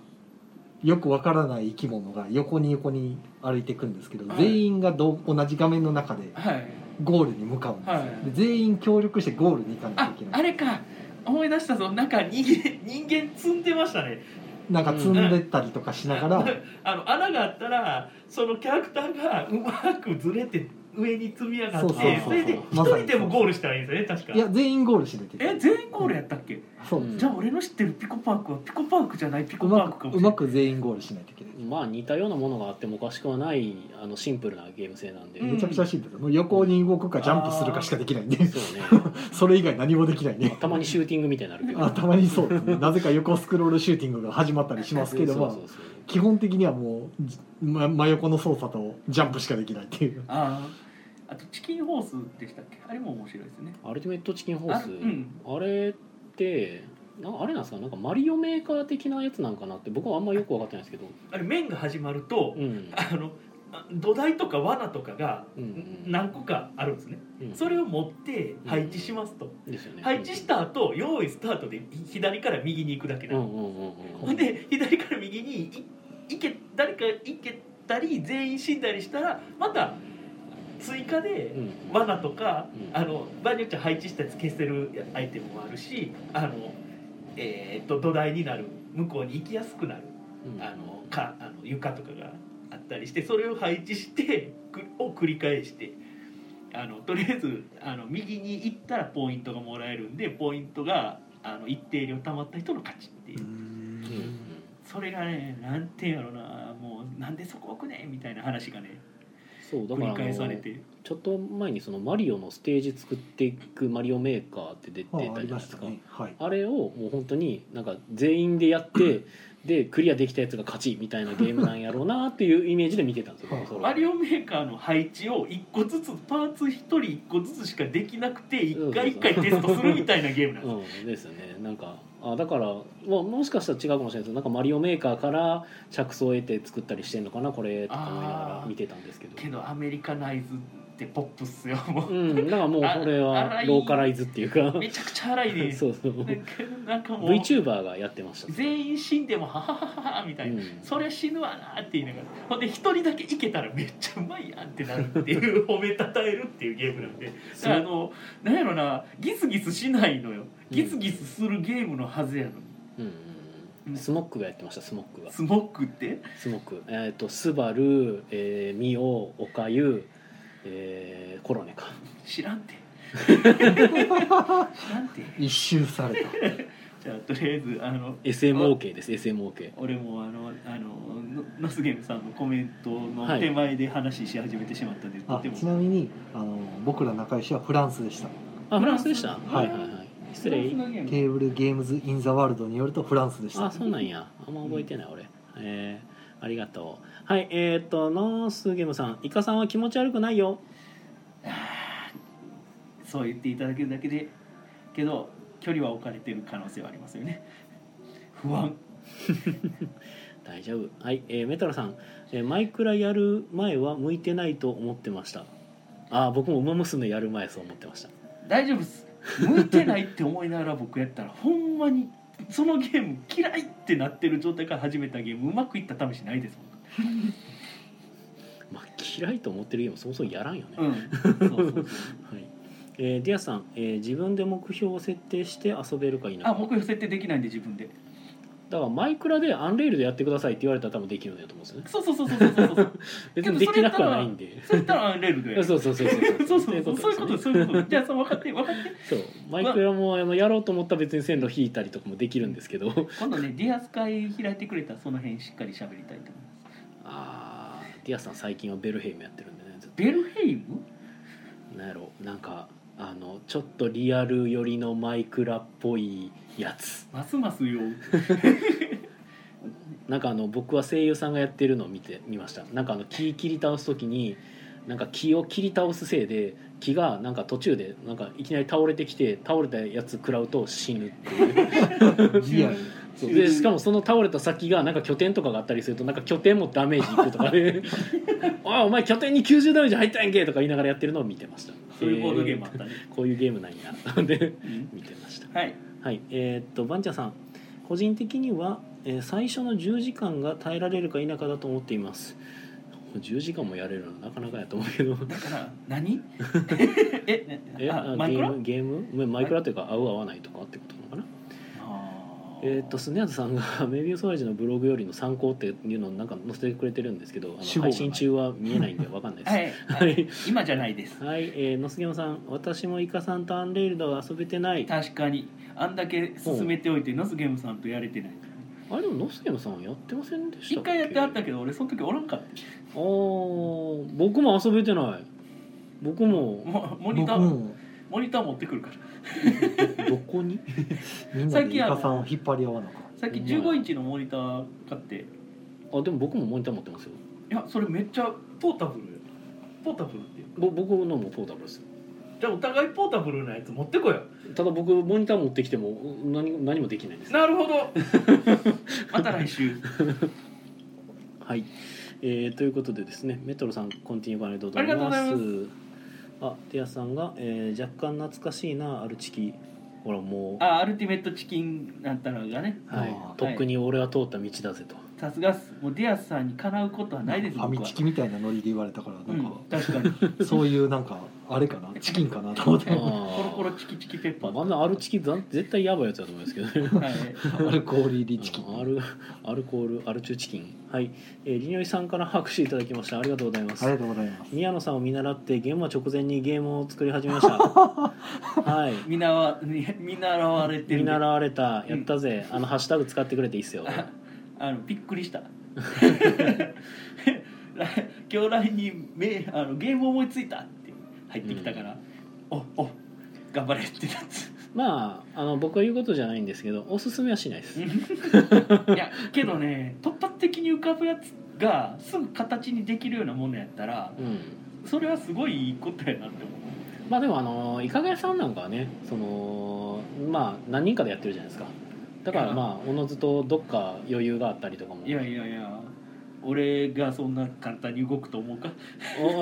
[SPEAKER 2] よくわからない生き物が横に横に歩いていくんですけど、
[SPEAKER 3] はい
[SPEAKER 2] 全員がど同じ画面の中で
[SPEAKER 3] はい
[SPEAKER 2] ゴールに向かうんですよ、
[SPEAKER 3] はい
[SPEAKER 2] で全員協力してゴールに行かな
[SPEAKER 3] あ
[SPEAKER 2] きゃいけ
[SPEAKER 3] あ
[SPEAKER 2] ない
[SPEAKER 3] れか思い出したぞなんか人間人間積んでましたね
[SPEAKER 2] なんか積んでったりとかしながら、
[SPEAKER 3] あの穴があったらそのキャラクターがうまくずれて上に積み上が
[SPEAKER 2] そう
[SPEAKER 3] ってそ
[SPEAKER 2] そうそう
[SPEAKER 1] そう
[SPEAKER 3] れで一
[SPEAKER 2] まさに
[SPEAKER 3] 人でもゴールしたらいいんですよね確か
[SPEAKER 2] いや全員ゴールしてて
[SPEAKER 3] え全員ゴールやったっけ、
[SPEAKER 2] そうです、
[SPEAKER 1] ん
[SPEAKER 3] じゃあ俺の知ってるピコパークはピコパークじゃないピ
[SPEAKER 2] う
[SPEAKER 3] コパー
[SPEAKER 2] ま
[SPEAKER 3] クか
[SPEAKER 2] く
[SPEAKER 3] も
[SPEAKER 2] う
[SPEAKER 3] しれな
[SPEAKER 2] ま
[SPEAKER 3] い
[SPEAKER 2] く全員ゴールしないといけない、
[SPEAKER 1] まあ似たようなものがあってもおかしくはないあのシンプルなゲーム性なんで、
[SPEAKER 3] うん
[SPEAKER 2] めちゃくちゃシンプルもう横に動くかジャンプするかしかできないんで
[SPEAKER 1] そうね
[SPEAKER 2] それ以外何もできないね
[SPEAKER 1] たまにシューティングみたいになるけど
[SPEAKER 2] あたまにそうですねなぜか横スクロールシューティングが始まったりしますけどまあ
[SPEAKER 1] そうそうそう
[SPEAKER 2] 基本的にはもうじ、ま、真横の操作とジャンプしかできないっていう
[SPEAKER 3] あーあとチキンホースでしたっけあれも面白いですね
[SPEAKER 1] アルティメットチキンホースあ,、
[SPEAKER 3] あうん
[SPEAKER 1] れってなあれなんですかなんかマリオメーカー的なやつなんかなって僕はあんまよく分かってないんですけど、
[SPEAKER 3] あれ面が始まると、
[SPEAKER 1] うん
[SPEAKER 3] あのあ土台とか罠とかが
[SPEAKER 1] うん
[SPEAKER 3] 何個かあるんですね、
[SPEAKER 1] うん
[SPEAKER 3] それを持って配置しますと、
[SPEAKER 1] ですよね、
[SPEAKER 3] 配置した後用意スタートで左から右に行くだけ
[SPEAKER 1] う
[SPEAKER 3] なんん
[SPEAKER 1] うん
[SPEAKER 3] で
[SPEAKER 1] うんうん
[SPEAKER 3] ほ
[SPEAKER 1] うんん
[SPEAKER 3] で左から右にい行け誰か行けたり全員死んだりしたらまた追加で
[SPEAKER 1] うん
[SPEAKER 3] 罠とか、
[SPEAKER 1] うん
[SPEAKER 3] あの場合によっては配置したやつ消せるアイテムもあるしあの、えーっと土台になる向こうに行きやすくなる
[SPEAKER 1] うん
[SPEAKER 3] あのかあの床とかがあったりしてそれを配置してくを繰り返してあのとりあえずあの右に行ったらポイントがもらえるんでポイントがあの一定量貯まった人の勝ちっていう。
[SPEAKER 1] うんうん
[SPEAKER 3] それがねなんていうんやろなもうなんでそこ置くねんみたいな話がね
[SPEAKER 1] そうだ
[SPEAKER 3] 繰
[SPEAKER 1] から
[SPEAKER 3] り
[SPEAKER 1] あの
[SPEAKER 3] 返されて
[SPEAKER 1] ちょっと前にそのマリオのステージ作っていくマリオメーカーって出て
[SPEAKER 2] あ
[SPEAKER 1] たじゃ
[SPEAKER 2] あ
[SPEAKER 1] な
[SPEAKER 2] あ
[SPEAKER 1] い
[SPEAKER 2] りま
[SPEAKER 1] で
[SPEAKER 2] し
[SPEAKER 1] す
[SPEAKER 2] た
[SPEAKER 1] か
[SPEAKER 2] ねはい
[SPEAKER 1] あれをもう本当になんか全員でやってでクリアできたやつが勝ちみたいなゲームなんやろうなっていうイメージで見てたんですよ
[SPEAKER 2] はい
[SPEAKER 1] 僕それ
[SPEAKER 3] マリオメーカーの配置を1個ずつパーツ1人1個ずつしかできなくて1回1回テストするみたいなゲームなんです
[SPEAKER 1] うん、ですよねなんかあだから、まあ、もしかしたら違うかもしれないですけどなんかマリオメーカーから着想を得て作ったりしてんのかなこれとか思いながら見てたんですけど
[SPEAKER 3] けどアメリカナイズってポップっすよも
[SPEAKER 1] う
[SPEAKER 3] う、
[SPEAKER 1] ん、だからもう
[SPEAKER 3] あ
[SPEAKER 1] これは
[SPEAKER 3] 荒い
[SPEAKER 1] ローカライズっていうか
[SPEAKER 3] めちゃくちゃ荒いね
[SPEAKER 1] そうそう
[SPEAKER 3] なんかなんかもう
[SPEAKER 1] VTuber がやってました
[SPEAKER 3] 全員死んでもはははははみたいな、
[SPEAKER 1] うん
[SPEAKER 3] そりゃ死ぬわなって言いながらほんで一人だけいけたらめっちゃうまいやんってなるっていう褒めたたえるっていうゲームな んでだからあのなんやろなギスギスしないのよギスギスするゲームのはずやのに、
[SPEAKER 1] うんうんうんスモックがやってましたスモックが
[SPEAKER 3] スモックって
[SPEAKER 1] スモックえっ、とスバル、えー、ミオおかゆ、えー、コロネか
[SPEAKER 3] 知らんて知らんて
[SPEAKER 2] 一周された
[SPEAKER 3] じゃあとりあえずあの
[SPEAKER 1] SMOK です SMOK
[SPEAKER 3] 俺もあのあののナスゲームさんのコメント
[SPEAKER 1] は
[SPEAKER 3] の
[SPEAKER 1] い
[SPEAKER 3] 手前で話し始めてしまったんで、と
[SPEAKER 2] あ
[SPEAKER 3] ても
[SPEAKER 2] ちなみにあの僕ら仲良しはフランスでした
[SPEAKER 1] あフランスでした
[SPEAKER 3] フ
[SPEAKER 1] は
[SPEAKER 3] ラン
[SPEAKER 1] い
[SPEAKER 3] ス
[SPEAKER 1] はいはい失礼
[SPEAKER 2] テーブルゲームズ・イン・ザ・ワールドによるとフランスでした
[SPEAKER 1] あそうなんやあんま覚えてない俺えー、ありがとうはいえっ、とノースゲームさんイカさんは気持ち悪くないよ
[SPEAKER 3] そう言っていただけるだけでけど距離は置かれてる可能性はありますよね不安
[SPEAKER 1] 大丈夫はい、えーメトロさん、えーマイクラやる前は向いてないと思ってましたあー僕も「ウマ娘」やる前そう思ってました
[SPEAKER 3] 大丈夫っす向いてないって思いながら僕やったらほんまにそのゲーム嫌いってなってる状態から始めたゲームうまくいった試しないです
[SPEAKER 1] まあ嫌いと思ってるゲームそもそもやらんよね、
[SPEAKER 3] もんうんそうそうそう
[SPEAKER 1] はいえーディアさん、えー自分で目標を設定して遊べるか否
[SPEAKER 3] あ
[SPEAKER 1] か
[SPEAKER 3] 僕設定できないんで自分で
[SPEAKER 1] だからマイクラでアンレールでやってくださいって言われたら多分できるんだと思うんですよね
[SPEAKER 3] そうそうそうそうそうそうそう
[SPEAKER 1] 別
[SPEAKER 3] け
[SPEAKER 1] に
[SPEAKER 3] ど
[SPEAKER 1] できなくはないんで
[SPEAKER 3] それ言ったらアンレールで
[SPEAKER 1] そうそうそうそう
[SPEAKER 3] そうそうそうそういうこと
[SPEAKER 1] ですね
[SPEAKER 3] そういうことじゃあそう分かって分かって
[SPEAKER 1] そうマイクラもあのやろうと思ったら別に線路引いたりとかもできるんですけど
[SPEAKER 3] 今度ねディアス会開いてくれたらその辺しっかり喋りたいと思います
[SPEAKER 1] あーディアさん最近はベルヘイムやってるんでねずっと
[SPEAKER 3] ベルヘイム
[SPEAKER 1] なんやろなんかあのちょっとリアル寄りのマイクラっぽいやつ
[SPEAKER 3] ますますよ
[SPEAKER 1] なんかあの僕は声優さんがやってるのを見て見ましたなんかあの木切り倒す時になんか木を切り倒すせいで木がなんか途中でなんかいきなり倒れてきて倒れたやつ食らうと死ぬっていう
[SPEAKER 2] リアル
[SPEAKER 1] そうでしかもその倒れた先がなんか拠点とかがあったりするとなんか拠点もダメージいくとかで 「おいお前拠点に90ダメージ入ったやんけ!」とか言いながらやってるのを見てました
[SPEAKER 3] そういうボードゲームあったね、
[SPEAKER 1] えーこういうゲームなん やで見てました
[SPEAKER 3] はい
[SPEAKER 1] はいえーっとバンチャさん個人的には、えー最初の10時間が耐えられるか否かだと思っています10時間もやれるのはなかなかやと思うけど
[SPEAKER 3] だから何 え
[SPEAKER 1] え
[SPEAKER 3] あ
[SPEAKER 1] あ
[SPEAKER 3] マイクラ
[SPEAKER 1] ゲームゲームマイクラというか合う合わないとかってことなのかな
[SPEAKER 3] あー
[SPEAKER 1] えーっとスネアズさんがメビウスワイジのブログよりの参考っていうのをなんか載せてくれてるんですけどあ
[SPEAKER 2] 主
[SPEAKER 1] の
[SPEAKER 2] 語がない
[SPEAKER 1] 配信中は見えないんでわかんないです
[SPEAKER 3] はい、は
[SPEAKER 1] はい
[SPEAKER 3] い、今じゃないです
[SPEAKER 1] はい、えー、のすげもさん私もイカさんとアンレールドは遊べてないあ
[SPEAKER 3] 確かにあんだけ進めておいてナスゲームさんとやれてない
[SPEAKER 1] れでものすげもさんやってませんでした
[SPEAKER 3] 一回やってあった
[SPEAKER 1] け
[SPEAKER 3] けど俺その時おらんかっ
[SPEAKER 1] あー僕も遊べてない僕
[SPEAKER 3] た
[SPEAKER 1] も
[SPEAKER 3] もモニ
[SPEAKER 2] 僕
[SPEAKER 3] ター
[SPEAKER 2] も
[SPEAKER 3] モニター持ってくるから
[SPEAKER 1] どこに
[SPEAKER 2] みんなでイカさんを引っ張り合わなかっ
[SPEAKER 3] さっき15インチのモニター買ってい
[SPEAKER 1] あでも僕もモニター持ってますよ
[SPEAKER 3] やそれめっちゃポータブルやポータブルって
[SPEAKER 1] ぼ僕のもポータブルですよ
[SPEAKER 3] じゃあお互いポータブルなやつ持ってこよ
[SPEAKER 1] ただ僕モニター持ってきてもう何何もできないです
[SPEAKER 3] なるほどまた来週
[SPEAKER 1] はい、えーということでですねメトロさんコンティニューバネどうぞ
[SPEAKER 3] ありがとうございます
[SPEAKER 1] あティアさんが、えー若干懐かしいなアルチキほらもう
[SPEAKER 3] あアルティメットチキンなんたのがね
[SPEAKER 1] はい
[SPEAKER 2] あ、
[SPEAKER 1] とっくに俺は通った道だぜと、
[SPEAKER 3] さすがっすもうディアスさんにかなうことは
[SPEAKER 2] た
[SPEAKER 3] ないです
[SPEAKER 2] ファミチキみたいなノリで言われたから
[SPEAKER 3] 僕は
[SPEAKER 2] なんか、
[SPEAKER 3] うん、確かに
[SPEAKER 2] そういうなんかあれかなチキンかなと思ってあ
[SPEAKER 1] あ
[SPEAKER 3] コロコロチキチキペッパ
[SPEAKER 1] ま
[SPEAKER 3] ー
[SPEAKER 1] あ、あんなアルチキざん絶対やばいやつだと思いますけどね
[SPEAKER 3] はい、
[SPEAKER 2] れ氷入りチキン
[SPEAKER 1] うんアル アルコールアルチューチキンはい、えー、りにおいさんから拍手いただきましたありがとうございま
[SPEAKER 2] あり
[SPEAKER 1] す
[SPEAKER 2] がとうございます
[SPEAKER 1] 宮野さんを見習ってゲームは直前にゲームを作り始めま したはい
[SPEAKER 3] 見習わ 見習われてる
[SPEAKER 1] 見習われたやったぜ、あのハッシュタグ使ってくれていいっすよ
[SPEAKER 3] ああのびっくりした 今日 LINE にめあの「ゲーム思いついた」って入ってきたから「おお頑張れ」ってな っ
[SPEAKER 1] まああの僕が言うことじゃないんですけどおすすめはしないです、
[SPEAKER 3] ていやけどね突発的に浮かぶやつがすぐ形にできるようなものやったら
[SPEAKER 1] うん、
[SPEAKER 3] それはすごいいいことやなって思う
[SPEAKER 1] まあでもあのいかがやさんなんかはねそのまあ何人かでやってるじゃないですかだからまあおのずとどっか余裕があったりとかも
[SPEAKER 3] いやいやいや俺がそんな簡単に動くと思うか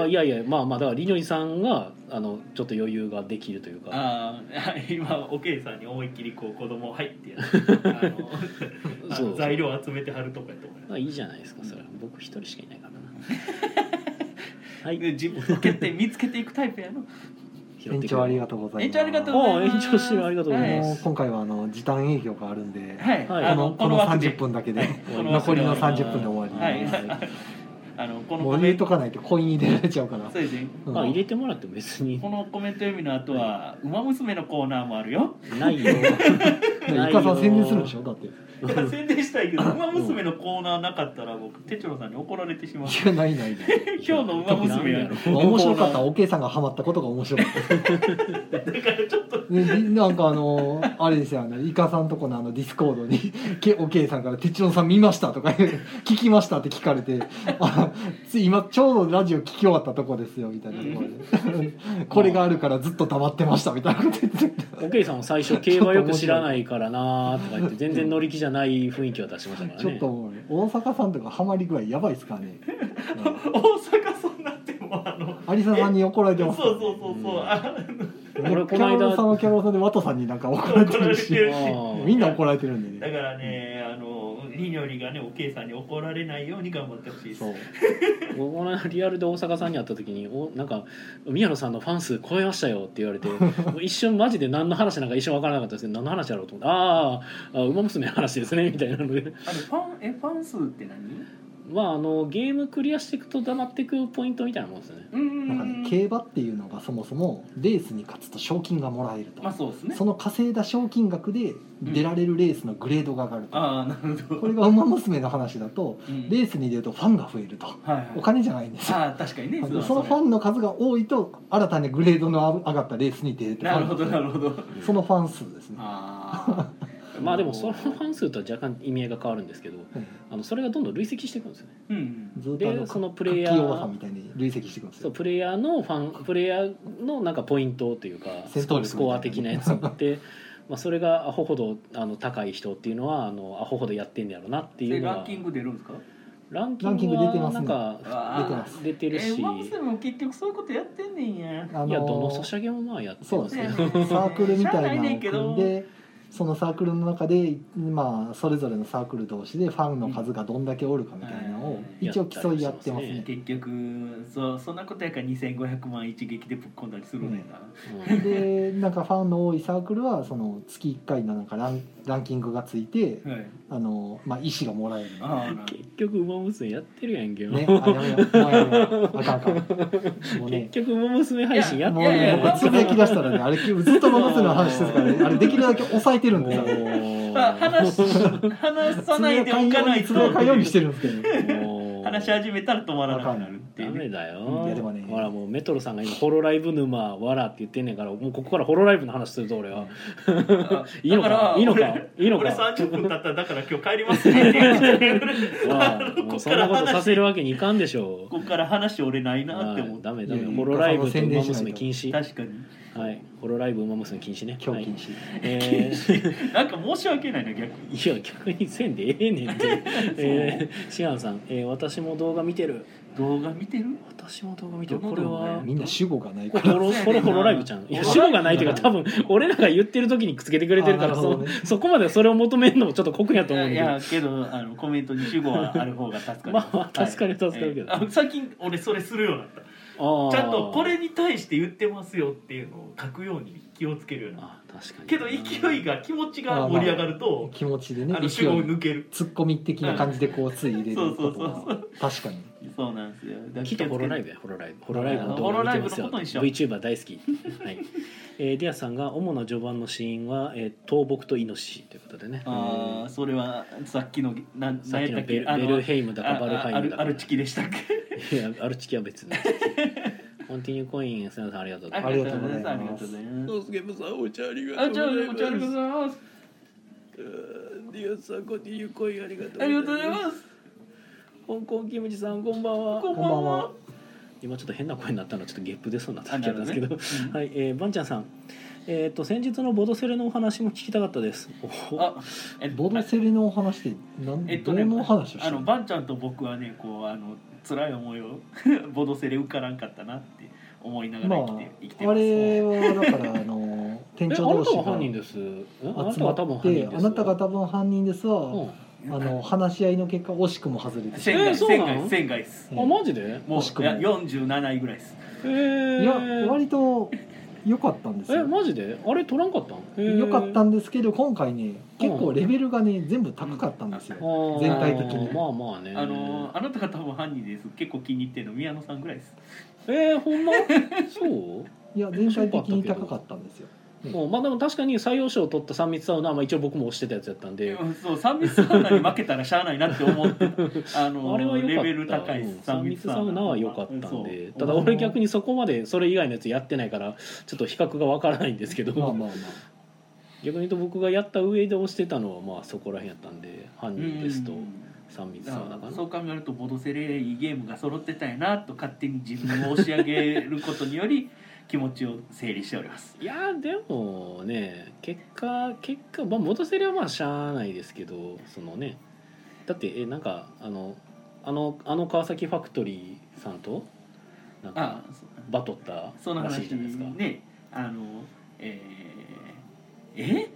[SPEAKER 1] あいやいやまあまあだからりのりさんがあのちょっと余裕ができるというか
[SPEAKER 3] ああ 今おけいさんに思いっきりこう子供入ってやるあの
[SPEAKER 1] そう
[SPEAKER 3] 材料集めてはるとかやと思います
[SPEAKER 1] まあいいじゃないですかそれは僕一人しかいないからなはい
[SPEAKER 3] で自分の欠点見つけていくタイプや の
[SPEAKER 1] 拾っ
[SPEAKER 2] 延
[SPEAKER 1] てくれ
[SPEAKER 2] 長ありがとうございます
[SPEAKER 3] 延長ありがとうござ
[SPEAKER 1] お
[SPEAKER 3] います
[SPEAKER 1] う延長してるありがとうござい
[SPEAKER 2] も
[SPEAKER 1] ま
[SPEAKER 2] う
[SPEAKER 1] す
[SPEAKER 2] 今回はあの時短営業があるんで、
[SPEAKER 3] はい、
[SPEAKER 1] はい
[SPEAKER 3] あ
[SPEAKER 2] このこの30分だけで、
[SPEAKER 3] この枠
[SPEAKER 2] 残りの
[SPEAKER 3] で
[SPEAKER 2] 30分で終わ
[SPEAKER 3] は
[SPEAKER 2] り、
[SPEAKER 3] いあのこの
[SPEAKER 2] もう
[SPEAKER 3] コ
[SPEAKER 2] 入
[SPEAKER 3] メ
[SPEAKER 2] れ
[SPEAKER 3] ント
[SPEAKER 2] とかないとコイン入れられちゃうから、
[SPEAKER 3] そうですね
[SPEAKER 2] うん
[SPEAKER 1] まあ入れてもらっても別に
[SPEAKER 3] このコメント読みの後は「ウマ娘」のコーナーもあ るよ
[SPEAKER 1] ない よ
[SPEAKER 2] イカさん宣伝するんでしょだってい
[SPEAKER 3] いや宣伝したいけど「ウマ娘」のコーナーなかったら僕テチロさんに怒られてしまう
[SPEAKER 2] やないないない
[SPEAKER 3] 今日のウマ娘や
[SPEAKER 1] なんだろ
[SPEAKER 2] まあ面白かったおけいさんがハマったことが面白かった
[SPEAKER 3] だからちょっと
[SPEAKER 2] ででなんかあのあれですよあのイカさんとこのあのディスコードにけおけいさんから「てちのさん見ました」とか言う「聞きました」って聞かれてあつい今ちょうどラジオ聞き終わったとこですよ」みたいなところで「これがあるからずっと黙ってました」みたいなこと言ってて
[SPEAKER 1] おけいさんも最初競馬よく知らないからなーとか言って全然乗り気じゃない雰囲気は出しましたから
[SPEAKER 2] ちょっ
[SPEAKER 1] ね
[SPEAKER 2] ともうね大阪さんとかハマり具合やばいっすからね、
[SPEAKER 3] 大阪そんなってもあの
[SPEAKER 2] 有沙さんに怒られて
[SPEAKER 3] そう
[SPEAKER 2] ます
[SPEAKER 3] そうそうそうあ
[SPEAKER 1] 俺こ
[SPEAKER 2] キ
[SPEAKER 1] の
[SPEAKER 2] ャ
[SPEAKER 1] 間
[SPEAKER 2] ロルさんはキャロルさんでワトさんになんか怒られて
[SPEAKER 3] 怒ら
[SPEAKER 2] る
[SPEAKER 3] れて
[SPEAKER 2] し
[SPEAKER 3] るし
[SPEAKER 1] あ
[SPEAKER 2] みんな怒られてるんで
[SPEAKER 3] だ
[SPEAKER 2] ね
[SPEAKER 3] からねあのりにょりがねおけいさんに怒られないように頑張ってほしいです
[SPEAKER 2] そう
[SPEAKER 1] 僕この間リアルで大阪さんに会った時に「おなんか宮野さんのファン数超えましたよ」って言われて もう一瞬マジで何の話なんか一瞬分からなかったんですけど何の話やろうと思って「あーあウマ娘の話ですね」みたいなので
[SPEAKER 3] あのファンえファン数って何
[SPEAKER 1] まああのゲームクリアしていくと黙っていくポイントみたいなもんですよね
[SPEAKER 3] うーん
[SPEAKER 2] なんかね競馬っていうのがそもそもレースに勝つと賞金がもらえると、
[SPEAKER 3] まあそうですね
[SPEAKER 2] その稼いだ賞金額で出られるレースのグレードが上がると、
[SPEAKER 3] ああなるほど
[SPEAKER 2] これが馬娘の話だと
[SPEAKER 3] うん
[SPEAKER 2] レースに出るとファンが増えると
[SPEAKER 3] はいはい
[SPEAKER 2] お金じゃないんですよ
[SPEAKER 3] ああ確かにね
[SPEAKER 2] あ
[SPEAKER 3] うだ
[SPEAKER 2] のそのファンの数が多いと新たにグレードの上がったレースに出ると
[SPEAKER 3] なるほどなるほど
[SPEAKER 2] そのファン数ですね、
[SPEAKER 3] ああ
[SPEAKER 1] まあでもそのファン数とは若干意味合いが変わるんですけど
[SPEAKER 2] うん
[SPEAKER 1] あのそれがどんどん累積していくんですよね
[SPEAKER 3] うん
[SPEAKER 2] ずっとあ
[SPEAKER 1] で
[SPEAKER 2] の
[SPEAKER 1] そのプ
[SPEAKER 2] プ
[SPEAKER 1] レイヤ
[SPEAKER 2] おばさん
[SPEAKER 1] ー
[SPEAKER 2] みたいに累積していくんです
[SPEAKER 1] そう
[SPEAKER 2] よ
[SPEAKER 1] プレイヤーのファンプレイヤーのなんかポイントというか
[SPEAKER 2] 戦
[SPEAKER 1] ス
[SPEAKER 2] 闘力みたいな
[SPEAKER 1] コスコア的なやつって まあそれがアホほどあの高い人っていうのはあのアホほどやってんだろうなってい
[SPEAKER 3] で
[SPEAKER 1] うの
[SPEAKER 3] ラン
[SPEAKER 1] は
[SPEAKER 3] キング出るんですか
[SPEAKER 1] ランキ
[SPEAKER 2] ランキ
[SPEAKER 1] ン
[SPEAKER 2] ン
[SPEAKER 1] グ
[SPEAKER 2] グ出てま
[SPEAKER 1] は
[SPEAKER 2] す
[SPEAKER 1] な
[SPEAKER 2] ね
[SPEAKER 1] ん
[SPEAKER 3] あ
[SPEAKER 1] か
[SPEAKER 3] ー
[SPEAKER 2] 出てます
[SPEAKER 1] 出て
[SPEAKER 3] え
[SPEAKER 1] るし
[SPEAKER 3] ー
[SPEAKER 1] い
[SPEAKER 3] マ娘も結局そういうことやってんねんや
[SPEAKER 2] あのー
[SPEAKER 1] やどのソシャゲもまあやってます
[SPEAKER 3] そう
[SPEAKER 1] ね
[SPEAKER 3] ですね
[SPEAKER 2] サークルみたいなの
[SPEAKER 3] しゃあないね
[SPEAKER 2] を
[SPEAKER 3] んけ
[SPEAKER 2] 組
[SPEAKER 3] ど
[SPEAKER 2] んでそのサークルの中で、まあ、それぞれのサークル同士でファンの数がどんだけおるかみたいなのを
[SPEAKER 3] うん
[SPEAKER 2] 一応競い合ってますね。
[SPEAKER 3] 結局そそんなことやから2500万一撃でぶっ込んだりするねんな、
[SPEAKER 1] うん
[SPEAKER 2] でなんかファンの多いサークルはその月1回のなんかランランキングがついて
[SPEAKER 3] はい
[SPEAKER 2] あの、まあ、石がもらえる
[SPEAKER 3] ああなる
[SPEAKER 1] 結局馬娘やってるやんけよ
[SPEAKER 2] ねあやめようやめようあかんあかんもう
[SPEAKER 1] 結
[SPEAKER 2] ね
[SPEAKER 1] 局馬娘配信やって
[SPEAKER 2] も
[SPEAKER 1] る
[SPEAKER 2] う
[SPEAKER 3] いや
[SPEAKER 2] ね
[SPEAKER 1] や
[SPEAKER 3] い
[SPEAKER 1] ん
[SPEAKER 3] や
[SPEAKER 2] 僕つぶやき出したらねあれずっと馬娘の話してるからねあれできるだけ抑えてるんですよ
[SPEAKER 1] もう
[SPEAKER 3] まあ、話し話さないでおかない
[SPEAKER 2] つ
[SPEAKER 3] と
[SPEAKER 2] ぶやかんようにしてるんですけどね
[SPEAKER 1] もう
[SPEAKER 3] 話し始めたら止まらなくなるってい
[SPEAKER 1] ダ
[SPEAKER 3] うね
[SPEAKER 1] メだよ、
[SPEAKER 2] うんいやでもね
[SPEAKER 1] ほらもうメトロさんが今「ホロライブ沼わら」って言ってんねんからもうここからホロライブの話するぞ俺は、
[SPEAKER 3] あ
[SPEAKER 1] いいのか
[SPEAKER 3] だら
[SPEAKER 1] いいのか
[SPEAKER 3] 俺
[SPEAKER 1] いいのか
[SPEAKER 3] 俺30分経ったらだから今日帰りますねって言って
[SPEAKER 1] わあもうそんなことさせるわけにいかんでしょう
[SPEAKER 3] ここから話俺ないなって思
[SPEAKER 1] はい
[SPEAKER 3] っ
[SPEAKER 1] ダ
[SPEAKER 3] た
[SPEAKER 1] メダメ
[SPEAKER 2] いやいや
[SPEAKER 1] ホロライブとウマ娘禁止
[SPEAKER 3] 確かに
[SPEAKER 1] はいホロライブウマ娘禁止ね
[SPEAKER 2] 今
[SPEAKER 1] は
[SPEAKER 2] 日
[SPEAKER 1] い
[SPEAKER 2] 禁止、
[SPEAKER 1] えー
[SPEAKER 3] なんか申し訳ないな逆に
[SPEAKER 1] いや逆にせんでええねんって、えー、シアンさん、えー私も動画見てる
[SPEAKER 3] 動画見てる
[SPEAKER 1] 私も動画見てる
[SPEAKER 3] どの
[SPEAKER 1] これ
[SPEAKER 3] 動画や
[SPEAKER 1] は
[SPEAKER 2] みんな主語がない
[SPEAKER 1] こ
[SPEAKER 2] か
[SPEAKER 1] れ
[SPEAKER 2] ら
[SPEAKER 1] ホロホロホロライブちゃんいや
[SPEAKER 3] ホロライブ
[SPEAKER 1] 主語がないというか多分俺らが言ってる時にくっつけてくれてるから
[SPEAKER 2] あなるほ
[SPEAKER 1] そ
[SPEAKER 2] どね
[SPEAKER 1] そこまでそれを求めるのもちょっと酷やと思うん
[SPEAKER 3] い
[SPEAKER 1] で
[SPEAKER 3] やけどあのコメントに主語はある方が助かる
[SPEAKER 1] まあ まあ助かる助かるけど
[SPEAKER 3] はいえーあ最近俺それするようになった
[SPEAKER 1] ち
[SPEAKER 3] ちゃんとこれに対して言ってますよっていうのを書くように気をつけるようになった
[SPEAKER 1] あ確かに
[SPEAKER 3] けど勢いが気持ちが盛り上がると
[SPEAKER 2] 気持ちで
[SPEAKER 3] あ
[SPEAKER 2] ね
[SPEAKER 3] の
[SPEAKER 2] 勢
[SPEAKER 3] 主
[SPEAKER 2] い
[SPEAKER 3] 語を抜ける
[SPEAKER 2] ツッコミ的な感じでこうつい入れること
[SPEAKER 3] そうそ
[SPEAKER 2] が確かに
[SPEAKER 3] そうなんですよだから
[SPEAKER 1] きっとホロライブやホロライブホロライブの
[SPEAKER 3] ホ
[SPEAKER 1] 動
[SPEAKER 3] ロ
[SPEAKER 1] 画
[SPEAKER 3] ライ
[SPEAKER 1] 見
[SPEAKER 3] ブ
[SPEAKER 1] て
[SPEAKER 3] の
[SPEAKER 1] ますよ
[SPEAKER 3] ことにしよう
[SPEAKER 1] VTuber 大好きはいえーディアさんが主な序盤のシーンは、えー倒木とイノシシということでね
[SPEAKER 3] ああそれはさっきのな
[SPEAKER 1] さっ
[SPEAKER 3] 何
[SPEAKER 1] き
[SPEAKER 3] やった
[SPEAKER 1] の
[SPEAKER 3] っ
[SPEAKER 1] ベ
[SPEAKER 3] け
[SPEAKER 1] ル
[SPEAKER 3] あ
[SPEAKER 1] ベ
[SPEAKER 3] の
[SPEAKER 1] ルヘイムだかバルハイムだ
[SPEAKER 3] あああ
[SPEAKER 1] か
[SPEAKER 3] るあるチキでしたっけ
[SPEAKER 1] いやアルチキは 別にコンティニューコインすみませんありがとうございます
[SPEAKER 2] ありがとうございます
[SPEAKER 3] ありがとうございます
[SPEAKER 1] スゲムさんお茶あり
[SPEAKER 3] あじゃあこちらこそ
[SPEAKER 1] ディアさんコンティニューコインありがと
[SPEAKER 3] ありがとうございます
[SPEAKER 1] 香港キムチさんこんばんは
[SPEAKER 3] こんば
[SPEAKER 2] こんばん
[SPEAKER 3] ん
[SPEAKER 2] は
[SPEAKER 3] は
[SPEAKER 1] 今ちょっと変な声になったのはちょっとゲップ出そうになっただけなんですけど
[SPEAKER 3] あなるほどね
[SPEAKER 1] はいえー、ばんちゃんさん、えっ、と先日のボドセレのお話も聞きたかったです。おお
[SPEAKER 3] あえっと
[SPEAKER 2] ボドセリのお話って何、
[SPEAKER 3] えっと
[SPEAKER 2] ど
[SPEAKER 3] ね
[SPEAKER 2] のお話をして
[SPEAKER 3] あの
[SPEAKER 2] るの
[SPEAKER 3] バンちゃんと僕はねこうあの辛い思いを ボドセレ受からんかったなって思いながら生きて,、生きて
[SPEAKER 2] あ
[SPEAKER 3] ます
[SPEAKER 2] れはだからあ の店
[SPEAKER 1] えあなた
[SPEAKER 2] 長同
[SPEAKER 1] が
[SPEAKER 2] 士が
[SPEAKER 1] 犯人です。えあな
[SPEAKER 2] 集
[SPEAKER 1] た
[SPEAKER 2] ま
[SPEAKER 1] が
[SPEAKER 2] って
[SPEAKER 1] 多分犯人です。
[SPEAKER 2] あなたが多分犯人です
[SPEAKER 1] う
[SPEAKER 2] わ、
[SPEAKER 1] ん
[SPEAKER 2] あの話し合いの結果惜しくも外れてし
[SPEAKER 3] 仙
[SPEAKER 1] え
[SPEAKER 3] 外
[SPEAKER 1] そう
[SPEAKER 3] 仙
[SPEAKER 1] なの
[SPEAKER 3] 外仙外っす
[SPEAKER 1] あマジで？
[SPEAKER 3] も
[SPEAKER 2] 惜しく
[SPEAKER 3] うい
[SPEAKER 2] も
[SPEAKER 3] や47位ぐらいです
[SPEAKER 1] え
[SPEAKER 2] ま
[SPEAKER 1] ー、
[SPEAKER 2] ういや割と良かったんです
[SPEAKER 1] え
[SPEAKER 2] よ
[SPEAKER 1] マジで？あれ取らんかったん？えー
[SPEAKER 2] 良かった。んですけど今回ね結構レベルがね全部高かったんですよ
[SPEAKER 1] あ、ー
[SPEAKER 2] 全体的に
[SPEAKER 1] まあまあね。
[SPEAKER 3] あのあなたが多分犯人です結構気に入ってるの宮野さんぐらいです
[SPEAKER 1] えー、ほ んま？そう？
[SPEAKER 2] いや全体的に高かったんですよ
[SPEAKER 1] うんまあでも確かに採用賞を取った三密サウナはまあ一応僕も推してたやつやったんで。
[SPEAKER 3] うんそう三密サウナに負けたらしゃあないなって思って たあの
[SPEAKER 1] あれは良かった
[SPEAKER 3] レベル高い
[SPEAKER 1] うん三密サウナは良かったんでただ俺
[SPEAKER 3] 俺
[SPEAKER 1] 逆にそこまでそれ以外のやつやってないからちょっと比較がわからないんですけど、
[SPEAKER 2] まあまあまあ
[SPEAKER 1] 逆に言うと僕がやった上で押してたのはまあそこら辺やったんで犯人ですと三密サウナかな
[SPEAKER 3] そう考えるとボドセレいいゲームが揃ってたんやなと勝手に自分を押し上げることにより気持ちを整理しております
[SPEAKER 1] いやでもね結果結果まあ戻せりゃまあしゃあないですけどそのねだってえなんかあのあのあの川崎ファクトリーさんとなん
[SPEAKER 3] あ
[SPEAKER 1] かバトった
[SPEAKER 3] その
[SPEAKER 1] ら
[SPEAKER 3] 話
[SPEAKER 1] しいじゃないですか。
[SPEAKER 3] ねあのえー、え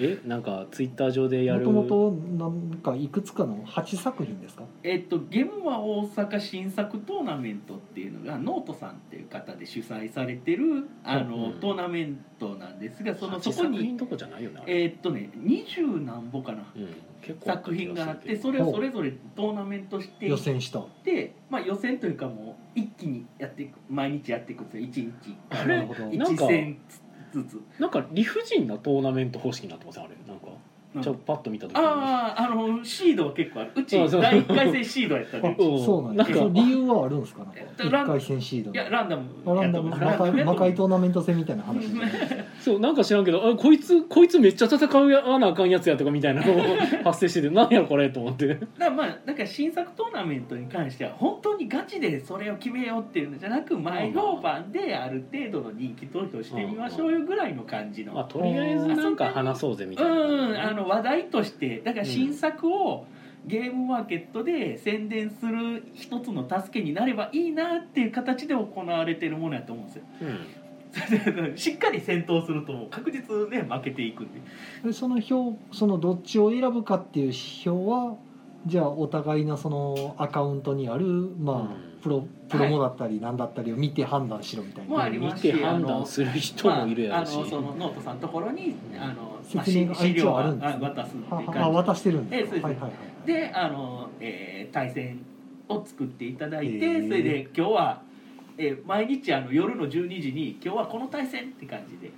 [SPEAKER 1] えなんかツイッター上でや
[SPEAKER 2] も
[SPEAKER 1] る
[SPEAKER 2] ともとなんかいくつかの8作品ですか
[SPEAKER 3] えっと、ゲームは大阪新作トーナメントっていうのがノートさんっていう方で主催されてるあの、
[SPEAKER 1] うん
[SPEAKER 3] トーナメントなんですがそのそ
[SPEAKER 1] 八
[SPEAKER 3] こ
[SPEAKER 1] 作
[SPEAKER 3] に
[SPEAKER 1] 品とこじゃないよねあれ、
[SPEAKER 3] えっとね二十何本かな
[SPEAKER 1] うん、結構
[SPEAKER 3] 作品があってそ
[SPEAKER 1] れ
[SPEAKER 3] れをそれぞれトーナメントしてい
[SPEAKER 2] 予
[SPEAKER 3] っ
[SPEAKER 2] 選した
[SPEAKER 3] て、まあ、予選というかもう一気にやっていく毎日やっていくんですよ一日
[SPEAKER 1] あ
[SPEAKER 2] なる
[SPEAKER 1] れ
[SPEAKER 2] ほど
[SPEAKER 1] な
[SPEAKER 3] 一
[SPEAKER 1] んか
[SPEAKER 3] 戦ずつ。
[SPEAKER 1] なんか理不尽なトーナメント方式になってませんあれなんか
[SPEAKER 3] うん
[SPEAKER 1] ちょっとパッと見た時に
[SPEAKER 3] あああのシードは結構あるうち
[SPEAKER 1] そうそう
[SPEAKER 3] 第一回戦シードやった ね
[SPEAKER 1] うん
[SPEAKER 2] そうなん
[SPEAKER 1] な
[SPEAKER 2] で
[SPEAKER 1] んか
[SPEAKER 2] すその理由はあるんですかなんか
[SPEAKER 3] えっと
[SPEAKER 2] 1
[SPEAKER 3] ラン
[SPEAKER 2] 回戦シード
[SPEAKER 3] いやランダム
[SPEAKER 2] あランダム魔
[SPEAKER 3] やったと思
[SPEAKER 2] 界
[SPEAKER 3] う
[SPEAKER 2] 魔界トーナメント戦みたいな話じゃないですか
[SPEAKER 1] そうなんか知らんけどあこいつこいつめっちゃ戦うやあなあかんやつやとかみたいな のを発生しててなんやろこれと思って
[SPEAKER 3] だからまあなんか新作トーナメントに関しては本当にガチでそれを決めようっていうのじゃなく前評判である程度の人気投票してみましょうよぐらいの感じ
[SPEAKER 1] まあ
[SPEAKER 3] の
[SPEAKER 1] とりあえずなんか話そうぜみ
[SPEAKER 3] う
[SPEAKER 1] たいな、
[SPEAKER 3] んあの話題としてだから新作をゲームマーケットで宣伝する一つの助けになればいいなっていう形で行われてるものやと思うんですよ
[SPEAKER 1] うん
[SPEAKER 3] しっかり戦闘するともう確実ね負けていくんで
[SPEAKER 2] でその票そのどっちを選ぶかっていう指標はじゃあお互いのそのアカウントにあるま
[SPEAKER 1] うん
[SPEAKER 2] あプロプロモだったり何だったりを見て判断しろみたい
[SPEAKER 3] もうあ
[SPEAKER 2] な
[SPEAKER 3] り
[SPEAKER 1] 見
[SPEAKER 3] ますして
[SPEAKER 1] 判断する人もいるやろし、
[SPEAKER 3] まあ、あのそのノートさんのところにあの、まあ、
[SPEAKER 2] 説明が
[SPEAKER 3] 資料
[SPEAKER 2] 一応あるんです
[SPEAKER 3] は
[SPEAKER 2] ね
[SPEAKER 3] 渡すってい
[SPEAKER 2] は
[SPEAKER 3] う感じ
[SPEAKER 2] はあ渡してるんです
[SPEAKER 3] ええ
[SPEAKER 2] か
[SPEAKER 3] そ
[SPEAKER 2] はい
[SPEAKER 3] うです
[SPEAKER 2] はいはい
[SPEAKER 3] であの、えー対戦を作っていただいて、
[SPEAKER 2] へー
[SPEAKER 3] それで今日は、えー毎日あの夜の12時に今日はこの対戦って感じで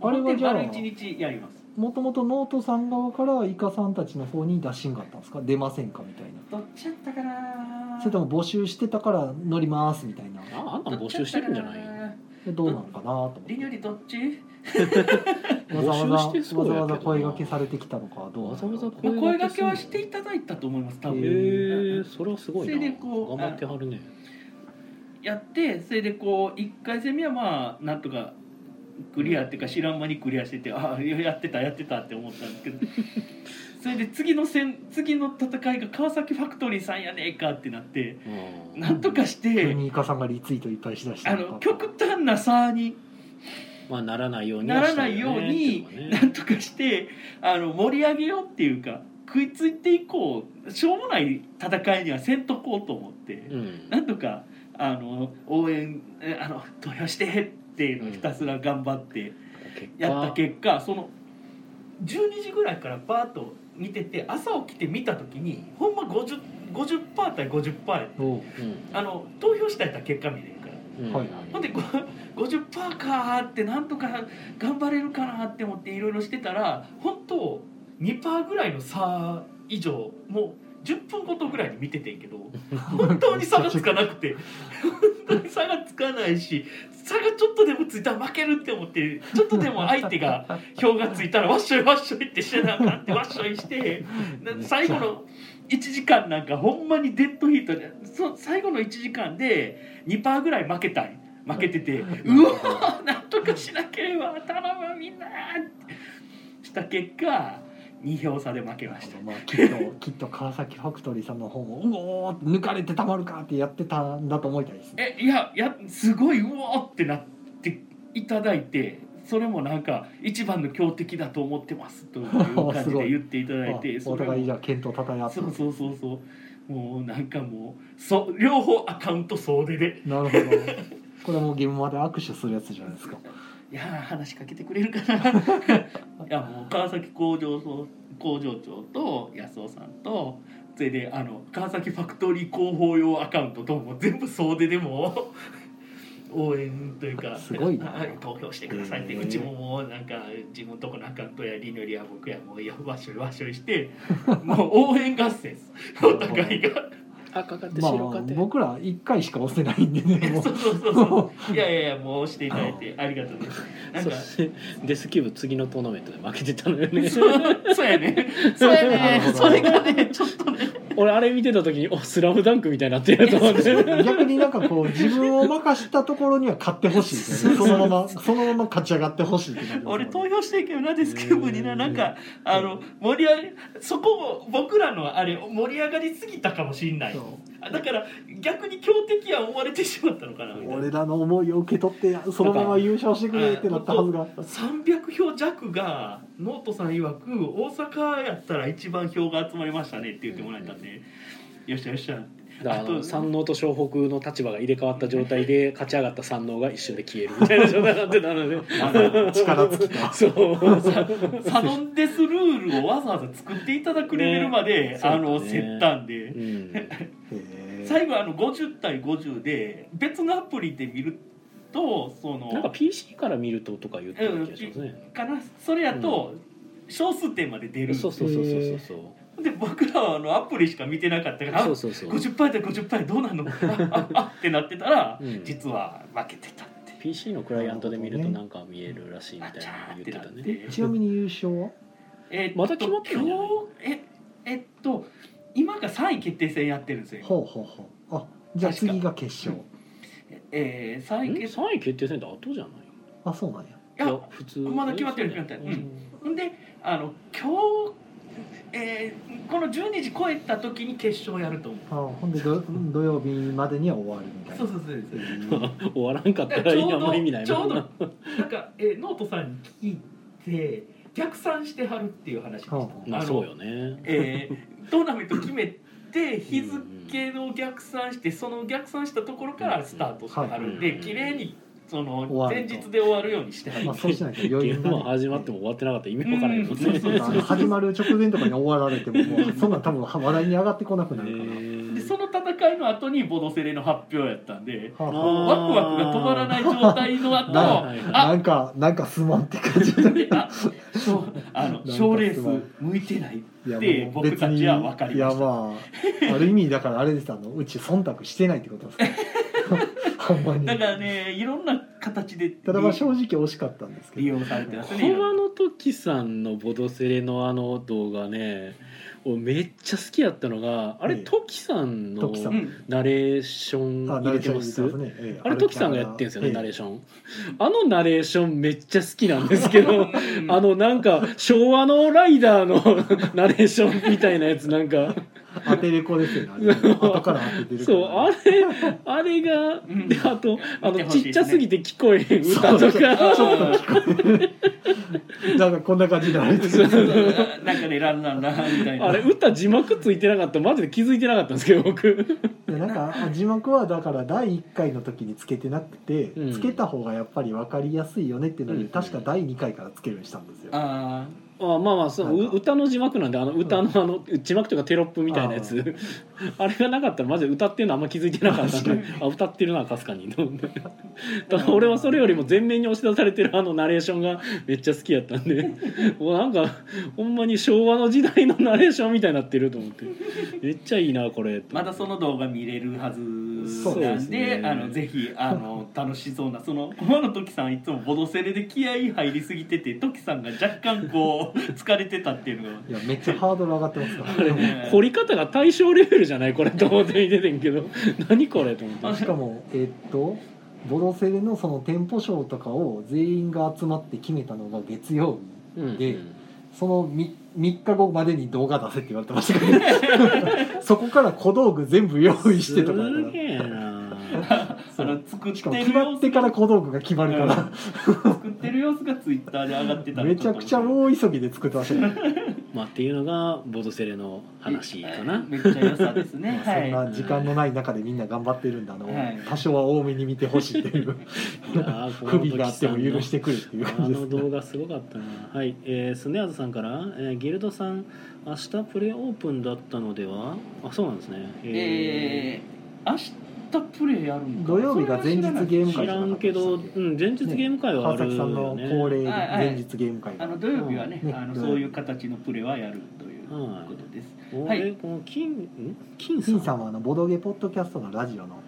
[SPEAKER 2] あれはじゃあ
[SPEAKER 3] 丸一日やります
[SPEAKER 2] もともとノートさん側からイカさんたちの方に打診があったんですか出ませんかみたいな
[SPEAKER 3] どっちやったかな
[SPEAKER 2] それとも募集してたから乗りますみたいな
[SPEAKER 1] ああんなん募集してるんじゃない
[SPEAKER 2] でどうなのかなと思って
[SPEAKER 3] りよりどっち、
[SPEAKER 2] わざわざ
[SPEAKER 1] 募集してそうやけどな
[SPEAKER 2] わざわざ声掛けされてきたのかどうなの
[SPEAKER 1] わ
[SPEAKER 2] か
[SPEAKER 1] ざわざ
[SPEAKER 3] まあ、声掛けは
[SPEAKER 1] す
[SPEAKER 3] して
[SPEAKER 1] る
[SPEAKER 3] いただいたと思います多
[SPEAKER 1] の
[SPEAKER 3] 分、
[SPEAKER 1] へえ
[SPEAKER 3] うん
[SPEAKER 1] それはすごいな
[SPEAKER 3] それでこう
[SPEAKER 1] 頑張ってはるね
[SPEAKER 3] やってそれでこう1回戦目はまあなんとかクリアっていうか知らん間にクリアしててああやってたやってたって思ったんですけど それで次の戦次の戦いが川崎ファクトリーさんやねえかってなって
[SPEAKER 1] うん
[SPEAKER 3] なんとかし
[SPEAKER 2] 急
[SPEAKER 3] て
[SPEAKER 2] にイカさんがリツイートいっぱいしだした
[SPEAKER 3] あ
[SPEAKER 2] の
[SPEAKER 3] の極端な差に
[SPEAKER 1] まあならないように
[SPEAKER 3] ならないようにな
[SPEAKER 1] っ
[SPEAKER 3] んとかしてあの盛り上げようっていうか食いついていこうしょうもない戦いにはせんとこうと思って。
[SPEAKER 1] うん
[SPEAKER 3] なんとかあの応援えあの投票してっていうのをひたすら頑張ってやった結果、その12時ぐらいからバーッと見てて朝起きて見た時にほんま 50%, 50対50%や
[SPEAKER 2] おう
[SPEAKER 3] あの投票したやったら結果見れるから
[SPEAKER 1] うん
[SPEAKER 2] はい
[SPEAKER 3] ほんでこう50%かーってなんとか頑張れるかなって思っていろいろしてたら本当2%ぐらいの差以上もう10分ごとぐらいに見ててんけど。本当に差がつかなくて本当に差がつかないし差がちょっとでもついたら負けるって思ってちょっとでも相 手が票がついたらわっしょいわっしょいってしてなあかんってわっしょいしてな最後の1時間なんかほんまにデッドヒートでそ最後の1時間で2%ぐらい負けたい負けてて
[SPEAKER 2] なる
[SPEAKER 3] うわ
[SPEAKER 2] ほど
[SPEAKER 3] なんとかしなければ頼むみんなってした結果2票差で負けました
[SPEAKER 2] まあ、きっときっと川崎ファクトリーさんの方もうおー抜かれてたまるかってやってたんだと思いたいですね
[SPEAKER 3] えいやいやすごいうおーってなっていただいてそれもなんか一番の強敵だと思ってますという感
[SPEAKER 2] す
[SPEAKER 3] じ
[SPEAKER 2] ごい
[SPEAKER 3] で言っていただいて
[SPEAKER 2] あお
[SPEAKER 3] それ
[SPEAKER 2] 互いじ
[SPEAKER 3] も
[SPEAKER 2] ゃあ健闘たたえ合って
[SPEAKER 3] そうそうそうそうもうなんかもうそ両方アカウント総出で
[SPEAKER 2] なるほどこれはもうゲームまで握手するやつじゃないですか
[SPEAKER 3] いやー話しかけてくれるかな いやもう川崎工場総工場長と安尾さんとそれであの川崎ファクトリー広報用アカウントとも全部総出でも う応援というか
[SPEAKER 2] すごいな
[SPEAKER 3] はい投票してくださいって
[SPEAKER 1] へー
[SPEAKER 3] うちももうなんか自分とこのアカウントやりのりや僕やもういやわっしょいわっしょいしてもう応援合戦です お互いが。
[SPEAKER 1] 赤かって
[SPEAKER 2] まあ
[SPEAKER 1] 白かって、
[SPEAKER 2] 僕ら1回しか押せないんで ねもう
[SPEAKER 3] そうそうそうそういやいやいやもう押していただいてありがとうですなん
[SPEAKER 1] そ
[SPEAKER 3] か
[SPEAKER 1] してデスキューブ次のトーナメントで負けてたのよね
[SPEAKER 3] そうそうやね。そうや
[SPEAKER 2] なるほど
[SPEAKER 3] ね。それがね、ちょっとね。
[SPEAKER 1] 俺あれ見てた時に「おスラムダンクみたいになってるやと思って
[SPEAKER 2] 逆になんかこう自分を任したところには勝ってほしいですよねそのままそのまま勝ち上がってほしいって感じですよね
[SPEAKER 3] 俺投票してんけどなデスケ部に
[SPEAKER 1] う
[SPEAKER 3] なんなんかあの盛り上がそこも僕らのあれ盛り上がりすぎたかもしんない
[SPEAKER 2] そう
[SPEAKER 3] だから逆に強敵は思われてしまったのかなみたい
[SPEAKER 2] 俺
[SPEAKER 3] な
[SPEAKER 2] らの思いを受け取ってそのまま優勝してくれってなったはずが
[SPEAKER 3] 300票弱がノートさん曰く大阪やったら一番票が集まりましたねって言ってもらえたんで、よっしゃよっしゃ
[SPEAKER 1] だ からあ
[SPEAKER 3] あ
[SPEAKER 1] の
[SPEAKER 3] と
[SPEAKER 1] 山王と湘北の立場が入れ替わった状態で勝ち上がった山王が一瞬で消えるみたいな状態になってたので
[SPEAKER 3] あの
[SPEAKER 2] 力尽き た
[SPEAKER 1] そう
[SPEAKER 3] サドンデスルールをわざわざ作っていただくレベルまで、
[SPEAKER 1] ね
[SPEAKER 3] あ の
[SPEAKER 1] そうだ
[SPEAKER 3] 接
[SPEAKER 1] ね
[SPEAKER 3] 端で
[SPEAKER 1] う。ん
[SPEAKER 2] へー
[SPEAKER 3] 最後あの50対50で別のアプリで見るとその
[SPEAKER 1] なんか PC から見るととか言ってる気がしますね、
[SPEAKER 3] かなそれやと少数点まで出る、
[SPEAKER 1] そうそうそうそうそうそう
[SPEAKER 3] で僕らはあのアプリしか見てなかったから
[SPEAKER 1] そう
[SPEAKER 3] あ
[SPEAKER 1] そうそう
[SPEAKER 3] 50パー対50パーどうなんのあ ああってなってたら、
[SPEAKER 1] うん
[SPEAKER 3] 実は負けてたって。
[SPEAKER 1] PC のクライアントで見るとなんか見えるらしいみ
[SPEAKER 3] あ
[SPEAKER 1] たい
[SPEAKER 3] ちゃ
[SPEAKER 1] な
[SPEAKER 3] ー
[SPEAKER 1] の
[SPEAKER 3] っ
[SPEAKER 1] 言ってて
[SPEAKER 3] なったて
[SPEAKER 1] ね
[SPEAKER 2] ちなみに優勝は
[SPEAKER 3] えっと
[SPEAKER 1] まだ決まってないんじゃない
[SPEAKER 3] 今日ええっと今が3位決定戦やってるんですよ今
[SPEAKER 2] ほうほうほうあじゃあ次が決勝
[SPEAKER 3] えー、3位決定
[SPEAKER 1] 3位決定戦って後じゃない
[SPEAKER 2] あそうなんや
[SPEAKER 3] いや
[SPEAKER 1] 普通
[SPEAKER 3] まだ決まってる決まってるうんほんであの今日、えーこの12時超えた時に決勝やると思
[SPEAKER 2] あほんでど土曜日までには終わるみた
[SPEAKER 3] う
[SPEAKER 2] い
[SPEAKER 3] そ
[SPEAKER 2] な
[SPEAKER 3] うそうそうそう
[SPEAKER 2] へ
[SPEAKER 1] 終わらんかっ
[SPEAKER 3] だ
[SPEAKER 1] た
[SPEAKER 3] から
[SPEAKER 1] ら
[SPEAKER 3] ちょう
[SPEAKER 1] 今もう意味な
[SPEAKER 3] ど
[SPEAKER 1] い
[SPEAKER 3] ちょ
[SPEAKER 1] も
[SPEAKER 3] うん
[SPEAKER 1] な
[SPEAKER 3] どなんか、えーノートさんに聞いて逆算してはるっていう話でした、
[SPEAKER 2] はあ
[SPEAKER 1] まあ
[SPEAKER 3] の
[SPEAKER 1] そうよね
[SPEAKER 3] えートーナメント決めて日付の逆算してその逆算したところからスタートしてはるん
[SPEAKER 1] はい
[SPEAKER 3] で綺麗にその
[SPEAKER 2] 終わ
[SPEAKER 3] 前
[SPEAKER 2] ると
[SPEAKER 3] 日で終わるようにしては
[SPEAKER 2] ー
[SPEAKER 3] る
[SPEAKER 2] まあそうしないと余
[SPEAKER 1] ゲ
[SPEAKER 2] 裕
[SPEAKER 1] ー
[SPEAKER 2] が
[SPEAKER 1] ムは
[SPEAKER 2] ない
[SPEAKER 1] 始まっても終わってなかったら意味わからんよ
[SPEAKER 3] うんそうそう
[SPEAKER 2] あの始まる直前とかに終わられてももうそんなん多分話題に上がってこなくなるから、
[SPEAKER 3] でその戦いの後にボドセレの発表やったんで
[SPEAKER 2] はあは
[SPEAKER 1] あ
[SPEAKER 3] ワクワクが止まらない状態の後
[SPEAKER 2] なあ、
[SPEAKER 3] あ
[SPEAKER 2] なんかなんかすまんって感じ
[SPEAKER 3] であそうあの
[SPEAKER 2] なんか
[SPEAKER 3] 賞レース向いてない
[SPEAKER 2] いや
[SPEAKER 3] で
[SPEAKER 2] もう別
[SPEAKER 3] 僕た
[SPEAKER 2] に
[SPEAKER 3] ちは分かりました
[SPEAKER 2] いやまあある意味だからあれですあのうち忖度してないってことですね ほんまに
[SPEAKER 3] だからねいろんな形で
[SPEAKER 2] ただまあ正直惜しかったんですけ
[SPEAKER 3] 利
[SPEAKER 2] ど
[SPEAKER 3] 用されてますね
[SPEAKER 1] 駒の時さんのボドセレのあの動画ね俺めっちゃ好きやったのがあれ
[SPEAKER 2] ええ
[SPEAKER 1] 時さんの
[SPEAKER 2] 時さ
[SPEAKER 3] うん
[SPEAKER 1] ナレーション
[SPEAKER 2] あ
[SPEAKER 1] 入れてます
[SPEAKER 2] ナレーション入れてますねええ
[SPEAKER 1] あれ時さんがやってるんですよね、
[SPEAKER 2] ええ
[SPEAKER 1] ナレーションあのナレーションめっちゃ好きなんですけ どあのなんか昭和のライダーの ナレーションみたいなやつなんか
[SPEAKER 2] 当てれこですよ ねあれ後から当ててるから
[SPEAKER 1] そうあれあれが
[SPEAKER 3] うん
[SPEAKER 1] であとあ
[SPEAKER 3] 見て
[SPEAKER 1] の
[SPEAKER 3] ほしい
[SPEAKER 1] ちっちゃすぎて聞こえへん
[SPEAKER 2] そう
[SPEAKER 1] 歌と
[SPEAKER 2] ちょ
[SPEAKER 1] か
[SPEAKER 2] っと聞こえるなんかこんな感じであれです
[SPEAKER 3] そうそうなんかねランランランみたいな
[SPEAKER 1] あれ歌字幕ついてなかったマジで気づいてなかったんですけど僕
[SPEAKER 2] でなんかあ字幕はだから第1回の時につけてなくて、
[SPEAKER 1] うん
[SPEAKER 2] つけた方がやっぱり分かりやすいよねっていうので、
[SPEAKER 1] うん
[SPEAKER 2] 確か第2回からつけるようにしたんですよ。
[SPEAKER 3] あ
[SPEAKER 1] あまあまあそう
[SPEAKER 2] なん
[SPEAKER 1] う
[SPEAKER 2] か
[SPEAKER 1] 歌の字幕なんであの歌のあの字幕というかテロップみたいなやつあれがなかったらマジで歌ってるのあんま気づいてなかったんで
[SPEAKER 2] 確
[SPEAKER 1] あ歌ってるなかすかに と思ってただ俺はそれよりも前面に押し出されてるあのナレーションがめっちゃ好きやったん でもうなんかほんまに昭和の時代のナレーションみたいになってると思ってめっちゃいいなこれ
[SPEAKER 3] ーまだその動画見れるはず
[SPEAKER 2] そう
[SPEAKER 3] な
[SPEAKER 2] で
[SPEAKER 3] ん
[SPEAKER 1] す
[SPEAKER 3] で
[SPEAKER 1] ね
[SPEAKER 3] あのぜひあの楽しそうなその駒の時さんいつもボドセレで気合い入りすぎてて時さんが若干こう疲れてたっていうのが
[SPEAKER 2] いやめっちゃハードル上がってますから、
[SPEAKER 3] ね
[SPEAKER 1] 凝り方が対 象レベルじゃないこれと思って見ててんけど何これと思って
[SPEAKER 2] しかもえーっとボロセレのその店舗賞とかを全員が集まって決めたのが月曜
[SPEAKER 1] うん
[SPEAKER 2] で
[SPEAKER 1] うん
[SPEAKER 2] 日その 3, 3日後までに動画出せって言われてましたけどそこから小道具全部用意してとかや
[SPEAKER 1] す
[SPEAKER 2] か
[SPEAKER 1] げ
[SPEAKER 2] ら
[SPEAKER 1] えな
[SPEAKER 3] その作っ
[SPEAKER 2] しかも
[SPEAKER 3] て
[SPEAKER 2] 決
[SPEAKER 3] る
[SPEAKER 2] ま
[SPEAKER 3] 様
[SPEAKER 2] って
[SPEAKER 3] 子
[SPEAKER 2] から
[SPEAKER 3] が
[SPEAKER 2] 小道具が決まるから、
[SPEAKER 3] 作ってる様子がツイッターで上がってたの
[SPEAKER 2] めちゃくちゃ
[SPEAKER 3] う
[SPEAKER 2] 大急ぎで作ってましたよね、
[SPEAKER 1] まあっていうのがボドセレの話かな
[SPEAKER 3] めっちゃ良さですね
[SPEAKER 2] そ
[SPEAKER 3] はい
[SPEAKER 2] んな時間のない中でみんな頑張ってるんだの、
[SPEAKER 3] はい
[SPEAKER 2] 多少は多めに見てほしいっていう
[SPEAKER 1] いやー この
[SPEAKER 2] 不備があっても許しててくれっていう
[SPEAKER 1] あ
[SPEAKER 2] 感じで
[SPEAKER 1] の
[SPEAKER 2] す
[SPEAKER 1] 動画すごかったなはい、えー、スネアズさんから、えーギルドさん明日プレオープンだったのではあそうなんですね
[SPEAKER 3] えー、明日プレイやるんか
[SPEAKER 2] 土曜日が前日ゲーム
[SPEAKER 1] 知
[SPEAKER 2] 会
[SPEAKER 1] らんけど、
[SPEAKER 2] 知らなかった
[SPEAKER 1] う
[SPEAKER 2] っけ
[SPEAKER 1] ん、前日ゲーム会はあ
[SPEAKER 2] 川
[SPEAKER 1] る
[SPEAKER 2] 崎さん
[SPEAKER 1] よ
[SPEAKER 2] の
[SPEAKER 1] ね。
[SPEAKER 2] 恒例
[SPEAKER 3] はいはい
[SPEAKER 2] 前日ゲーム会
[SPEAKER 3] あの土曜日はね、
[SPEAKER 2] うん
[SPEAKER 3] あの
[SPEAKER 2] ね
[SPEAKER 3] そういう形のプレーはやるという
[SPEAKER 1] はい
[SPEAKER 3] ことです。
[SPEAKER 1] お
[SPEAKER 3] はい
[SPEAKER 1] えこの金ん金さん
[SPEAKER 2] 金さんはあのボドゲポッドキャストのラジオの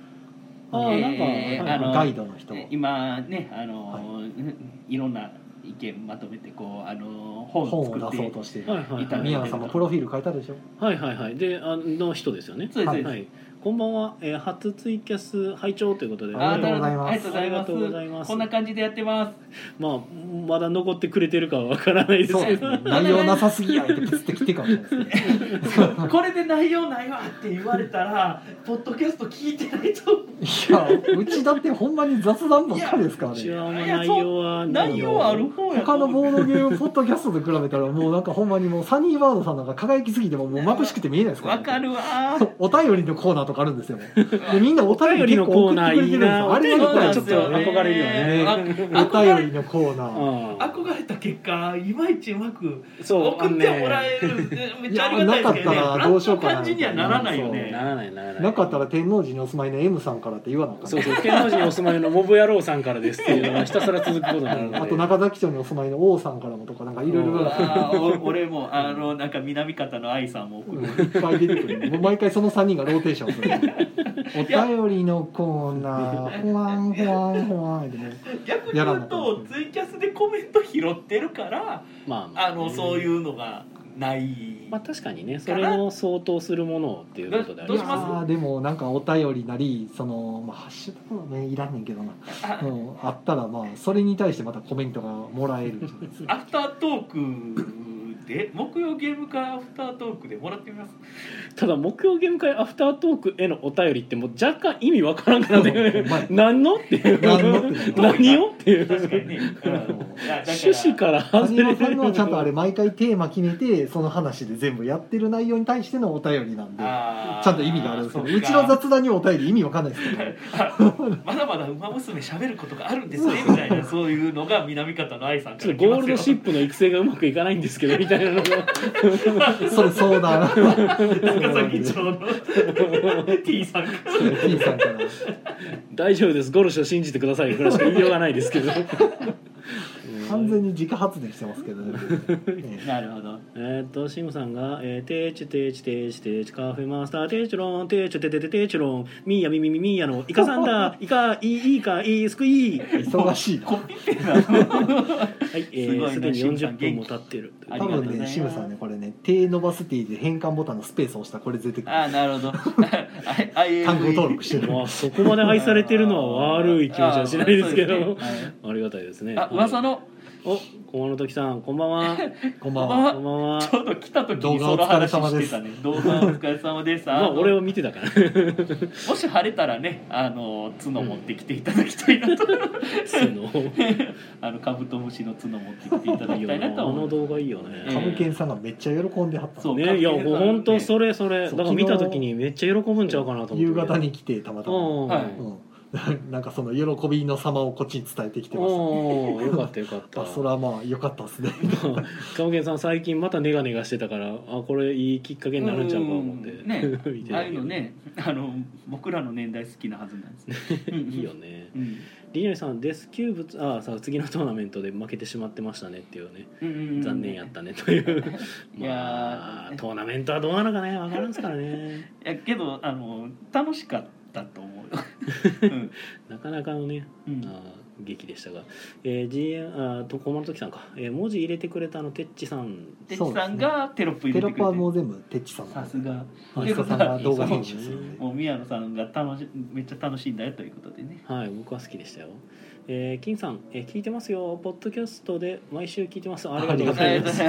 [SPEAKER 1] あーなんか、
[SPEAKER 3] えー
[SPEAKER 1] はい
[SPEAKER 3] あの
[SPEAKER 2] ガイドの人
[SPEAKER 3] で今ねあの、 い、ろんな意見まとめてこうあの本を
[SPEAKER 2] 本
[SPEAKER 3] 作
[SPEAKER 2] を
[SPEAKER 3] っ
[SPEAKER 2] 出
[SPEAKER 3] て
[SPEAKER 2] そうとしてる
[SPEAKER 1] はいはい
[SPEAKER 3] いただいて
[SPEAKER 2] 宮野さんもプロフィール書いたでしょ
[SPEAKER 1] はいはいはいであの人ですよね
[SPEAKER 3] そうです、そうです
[SPEAKER 1] はいこんばんは、えー、初ツイキャス拝聴ということで
[SPEAKER 2] ありがとうございます
[SPEAKER 3] ありがとうござ
[SPEAKER 1] ありがとうご
[SPEAKER 3] います
[SPEAKER 1] ざいます
[SPEAKER 3] こんな感じでやってます
[SPEAKER 1] まあまだ残ってくれてるかはわからないです
[SPEAKER 2] そう
[SPEAKER 1] け
[SPEAKER 2] で
[SPEAKER 1] ど
[SPEAKER 2] すね内容なさすぎやいって切ってきて かもしれないですね
[SPEAKER 3] これで内容ないわって言われたらポッドキャスト聞いてないと思う
[SPEAKER 2] いやうちだってほんまに雑談ばっかりですから
[SPEAKER 1] うち
[SPEAKER 2] ね
[SPEAKER 1] はあんま内容はないよ
[SPEAKER 3] 内容はある方やと
[SPEAKER 2] 他の
[SPEAKER 3] 思う
[SPEAKER 2] ボードゲームポッドキャストと比べたらもうなんかほんまにもうサニーバードさんなんか輝きすぎてももう眩しくて見えないですから
[SPEAKER 3] わ
[SPEAKER 2] ね
[SPEAKER 3] かるわー
[SPEAKER 2] お便りのコーナーとかあるんですよでみんなお便り結構送ってくれてるんですよあ
[SPEAKER 1] お
[SPEAKER 2] れ
[SPEAKER 1] 便りのコーナーいいな
[SPEAKER 2] は
[SPEAKER 1] ちょっと憧れるよね
[SPEAKER 3] あ
[SPEAKER 2] お
[SPEAKER 3] 憧
[SPEAKER 2] 便
[SPEAKER 3] れ
[SPEAKER 2] りのコーナー
[SPEAKER 1] あ
[SPEAKER 3] 憧れた結果いまいちうまく
[SPEAKER 1] そう
[SPEAKER 3] 送ってもらえるめっちゃありがたいですけど
[SPEAKER 2] い
[SPEAKER 3] ね
[SPEAKER 2] やなかったらどうしようかな
[SPEAKER 3] あん感じにはならないよ
[SPEAKER 1] ねそうな
[SPEAKER 3] ね
[SPEAKER 1] らないならない
[SPEAKER 2] なかったら天王寺にお住まいの M さんからって言わなあかった
[SPEAKER 1] そうそう天王寺にお住まいのモブ野郎さんからですっていうのがひたすら続くことになるので
[SPEAKER 2] あと中崎町にお住まいの王さんからもとかなんかいろいろ
[SPEAKER 1] そう
[SPEAKER 2] が
[SPEAKER 3] あーお俺もあのなんか南方の愛さんも送る
[SPEAKER 2] いっぱい出てくるもう毎回その3人がローテーションするお便りのコーナーほわんほわんほわんでね
[SPEAKER 3] 逆に言うとツイキャスでコメント拾ってるから
[SPEAKER 1] まあまあ
[SPEAKER 3] あのそういうのがない
[SPEAKER 1] まあ確かにねそれの相当するものっていうことであ
[SPEAKER 3] ど
[SPEAKER 1] り
[SPEAKER 3] う
[SPEAKER 1] ま
[SPEAKER 3] し
[SPEAKER 1] す
[SPEAKER 3] ます
[SPEAKER 2] いやーでもなんかお便りなりその、まあ、ハッシュタグはねいらんねんけどな、
[SPEAKER 3] あ
[SPEAKER 2] うん、あったらまあそれに対してまたコメントがもらえ るじゃないですか
[SPEAKER 3] アフタートークで木曜ゲーム会アフタートークでもらってみます
[SPEAKER 1] ただ木曜ゲーム会アフタートークへのお便りってもう若干意味わからんくなってくる
[SPEAKER 2] ほんまに
[SPEAKER 1] 何のっていう
[SPEAKER 2] 何のってなる
[SPEAKER 1] 何をっていう
[SPEAKER 3] 確かにね、うんいやだから
[SPEAKER 1] 趣旨から外れ
[SPEAKER 2] 谷間
[SPEAKER 1] て
[SPEAKER 2] さん
[SPEAKER 1] る
[SPEAKER 2] のはちゃんとあれ毎回テーマ決めてその話で全部やってる内容に対してのお便りなんでち
[SPEAKER 3] あー
[SPEAKER 2] ゃんと意味があるんですけど
[SPEAKER 3] そっ
[SPEAKER 2] う
[SPEAKER 3] か
[SPEAKER 2] ちの雑談にお便り意味わかんないですけど
[SPEAKER 3] まだまだ馬娘喋ることがあるんですねみたい なそういうのが南方の愛さんか
[SPEAKER 1] ちょ
[SPEAKER 3] ら
[SPEAKER 1] っ
[SPEAKER 3] 来
[SPEAKER 1] と
[SPEAKER 3] ま
[SPEAKER 1] ゴ
[SPEAKER 3] すよ
[SPEAKER 1] ールドシップの育成がうまくいかないんですけどみたいなのが
[SPEAKER 2] それ相談
[SPEAKER 3] 高崎町の T さんか
[SPEAKER 2] T さんから
[SPEAKER 1] 大丈夫ですゴルショ信じてくださいぐらいしか言いようがないですけど
[SPEAKER 2] 完全に自家発電してますけどね、ええ
[SPEAKER 3] なるほど
[SPEAKER 1] えーっとシムさんが「えー、テーチテーチテーチテーチカフェマスターテーチロンテーチョテテテテーチロンミーヤミミミミーヤのイカさんだイカイイイカイスクイ」
[SPEAKER 2] 忙しいな
[SPEAKER 3] コピペなの
[SPEAKER 1] はいえ
[SPEAKER 3] す
[SPEAKER 1] ー
[SPEAKER 3] ごいな
[SPEAKER 1] すでに
[SPEAKER 3] シムさん
[SPEAKER 1] 40分
[SPEAKER 3] 元気
[SPEAKER 1] も経ってる
[SPEAKER 3] あり
[SPEAKER 2] 多
[SPEAKER 3] がとうご
[SPEAKER 2] 分
[SPEAKER 3] ざいま
[SPEAKER 2] ね
[SPEAKER 3] す
[SPEAKER 2] シムさんねこれね手伸ばす T で変換ボタンのスペースを押したらこれ出てくる
[SPEAKER 3] あなるほど
[SPEAKER 2] 単語登録して る
[SPEAKER 1] まあそこまで愛されてるのは悪い気持ちはしないですけどあ,、りがたいですね
[SPEAKER 3] あ噂の
[SPEAKER 1] お駒の時さんこんばんは
[SPEAKER 2] こんばん
[SPEAKER 3] こんばん
[SPEAKER 2] は
[SPEAKER 3] は
[SPEAKER 1] こんばんは
[SPEAKER 3] ちょうど来た時にその話してたね動画お疲れ様です
[SPEAKER 1] まあ俺
[SPEAKER 3] は
[SPEAKER 1] を見てたから
[SPEAKER 3] もし晴れたらねあの角持ってきていただきたい なと、
[SPEAKER 1] その
[SPEAKER 3] あのカブトムシの角持ってきていただ
[SPEAKER 1] いい
[SPEAKER 3] き
[SPEAKER 1] よ
[SPEAKER 3] たいな
[SPEAKER 1] な
[SPEAKER 3] と
[SPEAKER 1] あ
[SPEAKER 3] は思
[SPEAKER 1] の
[SPEAKER 3] う
[SPEAKER 1] 動画いいよね
[SPEAKER 3] うん
[SPEAKER 2] 株券さんがめっちゃ喜んではった
[SPEAKER 3] そう
[SPEAKER 1] ねいや
[SPEAKER 3] 関係ない
[SPEAKER 1] 本当それそれだ
[SPEAKER 2] そう
[SPEAKER 1] から見た時にめっちゃ喜ぶんちゃうかなと思って
[SPEAKER 2] 夕方に来てたまた
[SPEAKER 1] う
[SPEAKER 2] ま、
[SPEAKER 1] ん、
[SPEAKER 3] はい
[SPEAKER 2] うん、 なんかその喜びの様をこっちに伝えてきてます
[SPEAKER 1] おおよかったよかった
[SPEAKER 2] あそれはまあ良かったですね
[SPEAKER 1] 鴨源さん最近またネガネガしてたからあこれいいきっかけになるんちゃうか思って、
[SPEAKER 3] うんね
[SPEAKER 1] 見て
[SPEAKER 3] ああ
[SPEAKER 1] た
[SPEAKER 3] い
[SPEAKER 1] け
[SPEAKER 3] う
[SPEAKER 1] ど
[SPEAKER 3] のねあの僕らの年代好きなはずなんですね
[SPEAKER 1] いいよね
[SPEAKER 3] うん
[SPEAKER 1] リニョリさんデスキューブあさ次のトーナメントで負けてしまってましたねっていうね
[SPEAKER 3] うんうんうん
[SPEAKER 1] 残念やったねという、
[SPEAKER 3] いや
[SPEAKER 1] まあ
[SPEAKER 3] ー
[SPEAKER 1] トーナメントはどうなのかね分からんすから ね
[SPEAKER 3] いやけど あの楽しかったと思う、うん
[SPEAKER 1] なかなかのね、
[SPEAKER 3] うん
[SPEAKER 1] あ劇でしたが、えー、GM あと駒の時さんか、えー文字入れてくれたあのてっちさん
[SPEAKER 3] てっちさんがテロップ入
[SPEAKER 2] テ
[SPEAKER 3] れ
[SPEAKER 2] ロッ
[SPEAKER 3] てく
[SPEAKER 2] プ
[SPEAKER 3] れ
[SPEAKER 2] は
[SPEAKER 3] て
[SPEAKER 2] もう全部てっちさん
[SPEAKER 3] さすが
[SPEAKER 2] マリコさんが動画編集す
[SPEAKER 1] そう
[SPEAKER 2] る
[SPEAKER 1] なん
[SPEAKER 2] ん
[SPEAKER 1] です
[SPEAKER 2] で
[SPEAKER 3] もう宮野さんが楽しめっちゃ楽しんだよということでね
[SPEAKER 1] はい僕は好きでしたよえー金さん、えー聞いてますよポッドキャストで毎週聞いてますありがとうございます
[SPEAKER 3] あ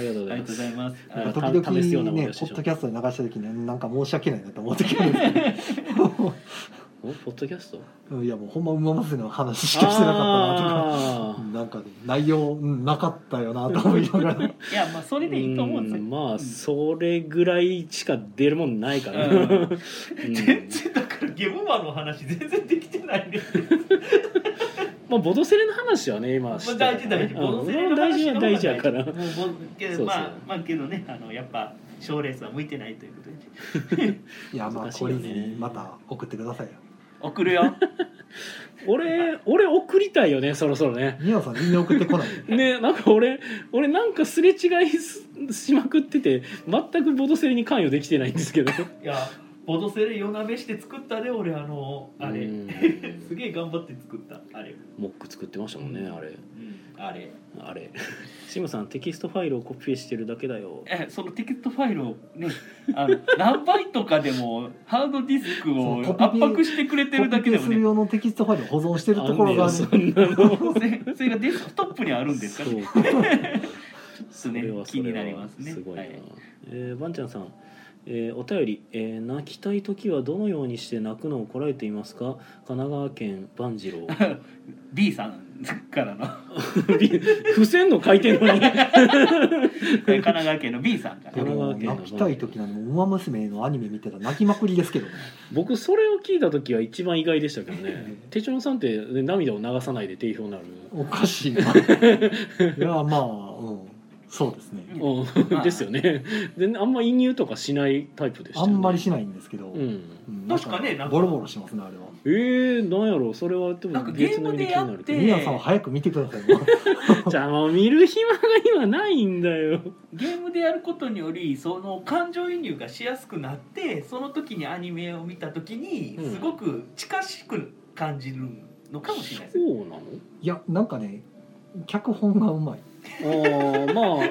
[SPEAKER 3] りがとうございます
[SPEAKER 1] ありがとうございますあ
[SPEAKER 3] ありがとうございます
[SPEAKER 2] 時
[SPEAKER 1] た試すような
[SPEAKER 2] 々
[SPEAKER 1] もの
[SPEAKER 2] ね
[SPEAKER 1] をして
[SPEAKER 2] ポ
[SPEAKER 1] しま
[SPEAKER 2] ッ
[SPEAKER 1] う
[SPEAKER 2] ドキャストで流した時ねなんか申し訳ないなと思ったけど
[SPEAKER 1] おポッドキャスト
[SPEAKER 2] うんいやもうほんま馬娘の話しかしてなかったなとか
[SPEAKER 1] あ
[SPEAKER 2] う
[SPEAKER 1] ー
[SPEAKER 2] んなんかね内容うんなかったよなと思いながら
[SPEAKER 3] いやまあそれでいいと思うんですよ
[SPEAKER 1] うんまあそれぐらいしか出るもんないから、
[SPEAKER 3] うん
[SPEAKER 1] うん
[SPEAKER 3] 全然だからゲムマの話全然できてないね
[SPEAKER 1] まあボドセレの話はね今
[SPEAKER 3] まあ
[SPEAKER 1] してたから
[SPEAKER 3] 大
[SPEAKER 1] ね
[SPEAKER 3] 事大事
[SPEAKER 1] うん
[SPEAKER 3] ボンセレの
[SPEAKER 1] 大
[SPEAKER 3] 話
[SPEAKER 1] 事は
[SPEAKER 3] の方が
[SPEAKER 1] 大事やから
[SPEAKER 3] もうボンけ
[SPEAKER 1] そうそ
[SPEAKER 3] ど
[SPEAKER 1] う
[SPEAKER 3] まあまあけどねあのやっぱ賞レースは向いてないということで
[SPEAKER 2] いやまあ
[SPEAKER 1] 難しいよ
[SPEAKER 2] 懲
[SPEAKER 1] ね
[SPEAKER 2] りずにまた送ってくださいよ
[SPEAKER 3] 送るよ
[SPEAKER 1] 俺俺送りたいよねそろそろね
[SPEAKER 2] 宮野さん全然送ってこない
[SPEAKER 1] ねなんか俺俺なんかすれ違いすしまくってて全くボドセレに関与できてないんですけど
[SPEAKER 3] いやボドセレ夜なべして作ったで俺あのあれ
[SPEAKER 1] うん
[SPEAKER 3] すげえ頑張って作ったあれ、
[SPEAKER 1] モック作ってましたもんねあれ
[SPEAKER 3] あれ
[SPEAKER 1] あれシムさんテキストファイルをコピーしてるだけだよ
[SPEAKER 3] えそのテキストファイルをねあの 何倍とかでもハードディスクを
[SPEAKER 2] そうコピ
[SPEAKER 3] 圧
[SPEAKER 2] ペ
[SPEAKER 3] 迫してくれてるだけでも
[SPEAKER 2] コピペする
[SPEAKER 3] ね
[SPEAKER 2] 用のテキストファイルを保存してるところ
[SPEAKER 1] あ
[SPEAKER 2] が
[SPEAKER 1] んね
[SPEAKER 2] ね
[SPEAKER 1] やそんなの
[SPEAKER 3] それそれがデスクトップにあるんですか
[SPEAKER 1] そ
[SPEAKER 3] ね
[SPEAKER 1] うか
[SPEAKER 3] ちょっとね気になりますね
[SPEAKER 1] すごいな、
[SPEAKER 3] はい
[SPEAKER 1] えーばんちゃんさん、えーお便り、えー泣きたい時はどのようにして泣くのをこらえていますか神奈川県万次 郎
[SPEAKER 3] D さんからの
[SPEAKER 1] 付箋の書いてんのに
[SPEAKER 3] 神奈川県の B さんから
[SPEAKER 2] で
[SPEAKER 1] 神奈
[SPEAKER 2] も
[SPEAKER 1] 川県の
[SPEAKER 2] 泣きたい時なのも「ウマ娘」のアニメ見てたら泣きまくりですけどね
[SPEAKER 1] 僕それを聞いた時は一番意外でしたけどね
[SPEAKER 2] ね
[SPEAKER 1] 手帳さんってね涙を流さないで定評になる
[SPEAKER 2] おかしいないやまあ、うん、そうですね
[SPEAKER 1] う
[SPEAKER 3] ま
[SPEAKER 1] ん、
[SPEAKER 3] あ
[SPEAKER 1] ですよね全然あんま移入とかしないタイプでした
[SPEAKER 2] あ
[SPEAKER 1] よね
[SPEAKER 2] んまりしないんですけど、
[SPEAKER 1] うん
[SPEAKER 2] うん
[SPEAKER 3] 確かね
[SPEAKER 2] なんボロボロしてますねあれは
[SPEAKER 1] えー、なんやろうそれはで
[SPEAKER 3] なん
[SPEAKER 1] も
[SPEAKER 3] かゲームでやっ
[SPEAKER 1] 別の意味で気にな
[SPEAKER 3] て
[SPEAKER 1] る
[SPEAKER 3] ええ
[SPEAKER 2] 宮野さんは早く見てくだ さいもう
[SPEAKER 1] けどじゃあもう見る暇が今ないんだよ
[SPEAKER 3] ゲームでやることによりその感情移入がしやすくなってその時にアニメを見た時に
[SPEAKER 1] うん
[SPEAKER 3] すごく近しく感じるのかもしれないです、
[SPEAKER 1] そうなの
[SPEAKER 2] いやなんかね脚本がうまい
[SPEAKER 1] あーま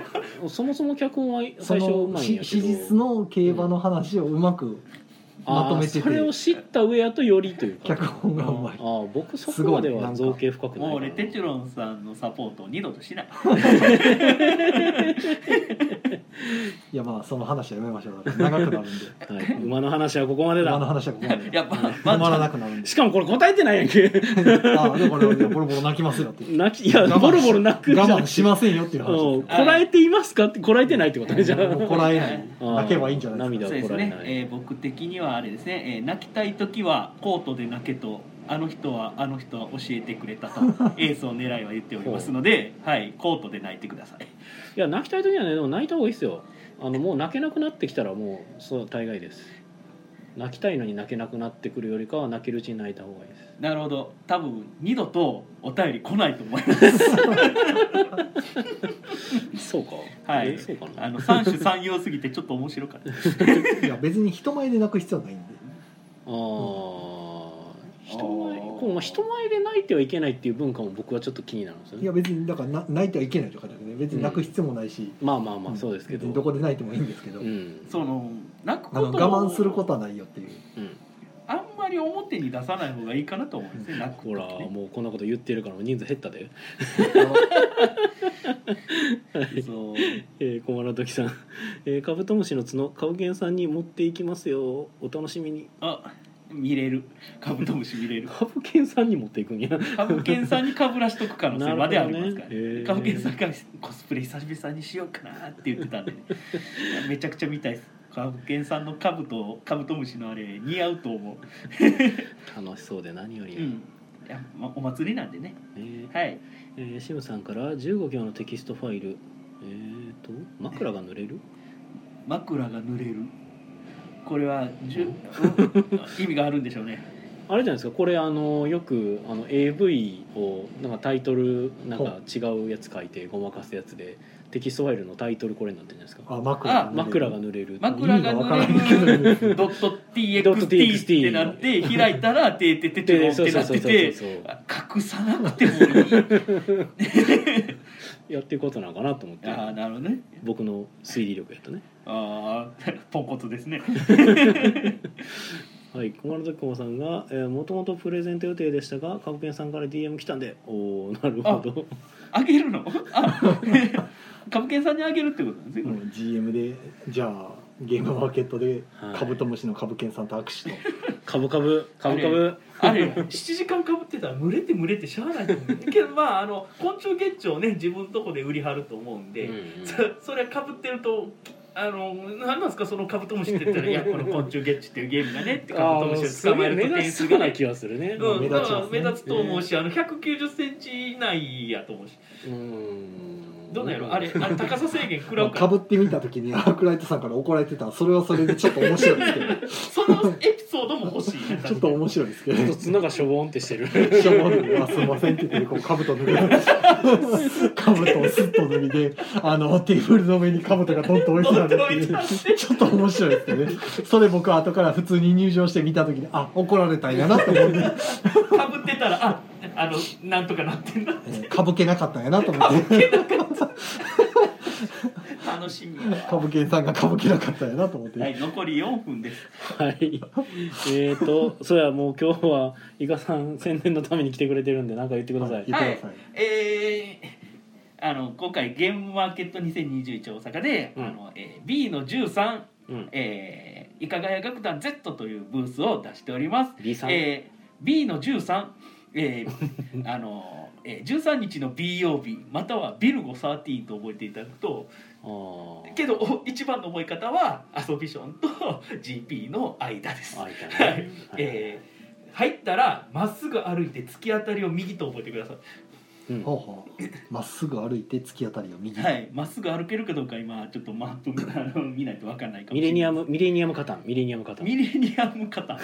[SPEAKER 1] あそもそも脚本は
[SPEAKER 2] そ
[SPEAKER 1] 最初う
[SPEAKER 2] の
[SPEAKER 1] まいん
[SPEAKER 2] し
[SPEAKER 1] やけ
[SPEAKER 2] 史
[SPEAKER 1] ど
[SPEAKER 2] 実の競馬の話をうまくまとめて
[SPEAKER 1] あー
[SPEAKER 2] て
[SPEAKER 1] それを知った上やとよりというか
[SPEAKER 2] 脚本がうま
[SPEAKER 1] あ
[SPEAKER 2] い
[SPEAKER 1] ー僕そこまでは造形深くない
[SPEAKER 3] もう
[SPEAKER 1] な
[SPEAKER 3] 俺テチロンさんのサポートを二度としない
[SPEAKER 2] いやまあその話はやめましょうだから 長くなるんで
[SPEAKER 1] はい、馬の話はここまで
[SPEAKER 2] 馬の
[SPEAKER 1] だ
[SPEAKER 2] 話はここまで
[SPEAKER 3] やっぱ
[SPEAKER 2] 止まらなくなる んで
[SPEAKER 1] しかもこれ答えてないやんけ
[SPEAKER 2] ああでもこれボロボロ泣きますよって
[SPEAKER 1] 泣きいや
[SPEAKER 2] 我 慢し
[SPEAKER 1] ボロボロ泣くじゃん
[SPEAKER 2] 我慢しませんよっていう話
[SPEAKER 1] うんこ
[SPEAKER 2] で
[SPEAKER 1] らえていますかってこらえてないってことねじゃ
[SPEAKER 2] すよもうこらえない
[SPEAKER 1] あー
[SPEAKER 2] 泣けばいいんじゃないです
[SPEAKER 1] 涙
[SPEAKER 2] か
[SPEAKER 3] そうで
[SPEAKER 1] をこ
[SPEAKER 3] す
[SPEAKER 1] らえ
[SPEAKER 3] ね
[SPEAKER 1] な、い、
[SPEAKER 3] えー僕的にはあれですね、えー泣きたい時はコートで泣けとあの人はあの人は教えてくれたと エースを狙いは言っておりますので、はい、コートで泣いてください
[SPEAKER 1] いや泣きたい時はねでも泣いた方がいいですよあのもう泣けなくなってきたらもうそう大概です泣きたいのに泣けなくなってくるよりかは泣けるうちに泣いた方がいいです
[SPEAKER 3] なるほど多分二度とお便り来ないと思います
[SPEAKER 1] そうか。
[SPEAKER 3] はい
[SPEAKER 1] えそうか
[SPEAKER 3] あ
[SPEAKER 1] な。
[SPEAKER 3] の三種三様すぎてちょっと面白かった で す
[SPEAKER 2] いや別に人前で泣く必要はないんで
[SPEAKER 1] ああ。人前、
[SPEAKER 3] あー
[SPEAKER 1] こうまあ人前で泣いてはいけないっていう文化も僕はちょっと気になるんですよ
[SPEAKER 2] いや
[SPEAKER 1] ね。
[SPEAKER 2] 別にだからな泣いてはいけないとかだけどね別に泣く必要もないし、
[SPEAKER 1] まあまあまあそうですけど。
[SPEAKER 2] 別にどこで泣いてもいいんですけど、
[SPEAKER 1] うん。
[SPEAKER 3] その泣くこ
[SPEAKER 2] あの
[SPEAKER 3] とを
[SPEAKER 2] 我慢することはないよっていう
[SPEAKER 1] うん。
[SPEAKER 3] あんまり表に出さない方がいいかなと思うんですね泣く
[SPEAKER 1] ほら
[SPEAKER 3] 時ね
[SPEAKER 1] もうこんなこと言ってるから人数減ったで。
[SPEAKER 3] そう
[SPEAKER 1] えー、小丸時さん、えー、カブトムシの角カブゲンさんに持っていきますよ。お楽しみに。
[SPEAKER 3] あ見れ るカブトムシ見れる
[SPEAKER 1] カブゲンさんに持っていくんや。
[SPEAKER 3] カブケンさんにかぶらしとく可能性までありますから、
[SPEAKER 1] なるほどねへ
[SPEAKER 3] ね
[SPEAKER 1] ー、
[SPEAKER 3] カブケンさんがコスプレ久々にしようかなって言ってたんで、めちゃくちゃ見たいですカブケンさんのカブとカブトムシのあれ似合うと思う、
[SPEAKER 1] 楽しそうで何より
[SPEAKER 3] う。んいやまお祭りなんでね
[SPEAKER 1] えー
[SPEAKER 3] はい
[SPEAKER 1] えーシムさんから15行のテキストファイル。えー、と枕が濡れる
[SPEAKER 3] 枕が濡れるこれはじゅ意味があるんでしょうね
[SPEAKER 1] あれじゃないですかこれあのよくあの AV をなんかタイトルなんか違うやつ書いてごまかすやつでテキストファイルのタイトルこれになってるじゃないですか
[SPEAKER 2] あ枕
[SPEAKER 3] あ
[SPEAKER 1] 枕が濡れる
[SPEAKER 2] 意
[SPEAKER 3] 枕
[SPEAKER 2] 味
[SPEAKER 3] が
[SPEAKER 2] がわ
[SPEAKER 3] 濡
[SPEAKER 2] からん
[SPEAKER 3] れる
[SPEAKER 2] けど
[SPEAKER 3] ドット
[SPEAKER 1] .txt
[SPEAKER 3] TXT ってなって開いたら「ててててて」
[SPEAKER 1] で
[SPEAKER 3] っ
[SPEAKER 1] そう
[SPEAKER 3] て
[SPEAKER 1] そう
[SPEAKER 3] なっ
[SPEAKER 1] そう
[SPEAKER 3] て
[SPEAKER 1] そうそう
[SPEAKER 3] て隠さなくてもいい
[SPEAKER 1] やってることなのかなと思って
[SPEAKER 3] ああなるほどね
[SPEAKER 1] 僕の推理力やとね
[SPEAKER 3] ああポンコツですね
[SPEAKER 1] はい小丸時駒さんが、えー「もともとプレゼント予定でしたがカブケンさんから DM 来たんでおおなるほど
[SPEAKER 3] あげるのあ株券さんにあげるってことなんですねこれ
[SPEAKER 2] もう GM でじゃあゲームマーケットで
[SPEAKER 1] はい
[SPEAKER 2] カブトムシのカブケンさんと握手と
[SPEAKER 1] カブカブカブカブ
[SPEAKER 3] あれ7時間かぶってたら群れて群れてしゃあないと思うけどまああの昆虫月長ね自分のとこで売りはると思うんで、
[SPEAKER 1] うん
[SPEAKER 3] そ それかぶってるとあの何なんですかそのカブトムシって 言ったら「いやこの昆虫ゲッチっていうゲームがね」ってカブトムシを捕まえると
[SPEAKER 1] 目
[SPEAKER 3] 点
[SPEAKER 1] 立
[SPEAKER 3] 数
[SPEAKER 1] ちそう
[SPEAKER 3] がね
[SPEAKER 1] な気はするね
[SPEAKER 3] うん、だから
[SPEAKER 2] 目立
[SPEAKER 3] 目
[SPEAKER 2] つ
[SPEAKER 3] 立つ
[SPEAKER 2] ね
[SPEAKER 3] と思うし、あの190センチ以内やと思うし、
[SPEAKER 1] うん
[SPEAKER 3] どうなんやろ、あれ、あれ高さ制限食ら
[SPEAKER 2] まあ
[SPEAKER 3] う
[SPEAKER 2] か
[SPEAKER 3] か
[SPEAKER 2] ぶ
[SPEAKER 3] ら、
[SPEAKER 2] ってみた時にアークライトさんから怒られてたらそれはそれでちょっと面 白いですけど
[SPEAKER 3] そのエピソードも欲しいな。
[SPEAKER 2] ちょっと面白いですけ
[SPEAKER 1] ちょっと
[SPEAKER 2] ど
[SPEAKER 1] 角がしょぼんってして る
[SPEAKER 2] しょうがないあすいませんって言ってこうかぶと脱ぎかぶとをすっと脱ぎであのテーブルの上にかぶとがトンと置いてたん
[SPEAKER 3] 置いてあっ
[SPEAKER 2] でちょっと面白いですけどねそれ僕後から普通に入場して見た時にあ怒られたんやなと思って
[SPEAKER 3] かぶってたら、あ、あの、なんとかなってんだ。
[SPEAKER 2] えーかぶけなかったんやなと思って
[SPEAKER 3] 楽しみや
[SPEAKER 2] かぶけんさんがかぶけなかったんやなと思って、
[SPEAKER 3] はい、残り4分です。
[SPEAKER 1] はいえっ、ー、とそれはもう今日はイカさん宣伝のために来てくれてるんで何か言ってください、
[SPEAKER 2] 言ってください、
[SPEAKER 3] えーあの今回ゲームマーケット2021大阪で、
[SPEAKER 1] うん
[SPEAKER 3] あのえー B の13、
[SPEAKER 1] うん、
[SPEAKER 3] えー、いかがや楽団 Z というブースを出しております。
[SPEAKER 1] B さん、
[SPEAKER 3] えー B の13、え ーあのえー13日の B 曜日またはビルゴ13と覚えていただくと
[SPEAKER 1] あー
[SPEAKER 3] けどお一番の覚え方は遊びションと GP の間です。
[SPEAKER 1] あいたね
[SPEAKER 3] はい
[SPEAKER 1] はい
[SPEAKER 3] えー入ったらまっすぐ歩いて突き当たりを右と覚えてください。
[SPEAKER 1] うん
[SPEAKER 2] ほうほうまっすぐ歩いて突き当たりを右、
[SPEAKER 3] はい、まっすぐ歩けるかどうか今ちょっとマップあの見ないとわかんないかも
[SPEAKER 1] ミレ
[SPEAKER 3] しれない
[SPEAKER 1] ニアムミレニアムカタンミレニアムカタン
[SPEAKER 3] ミレニアム 方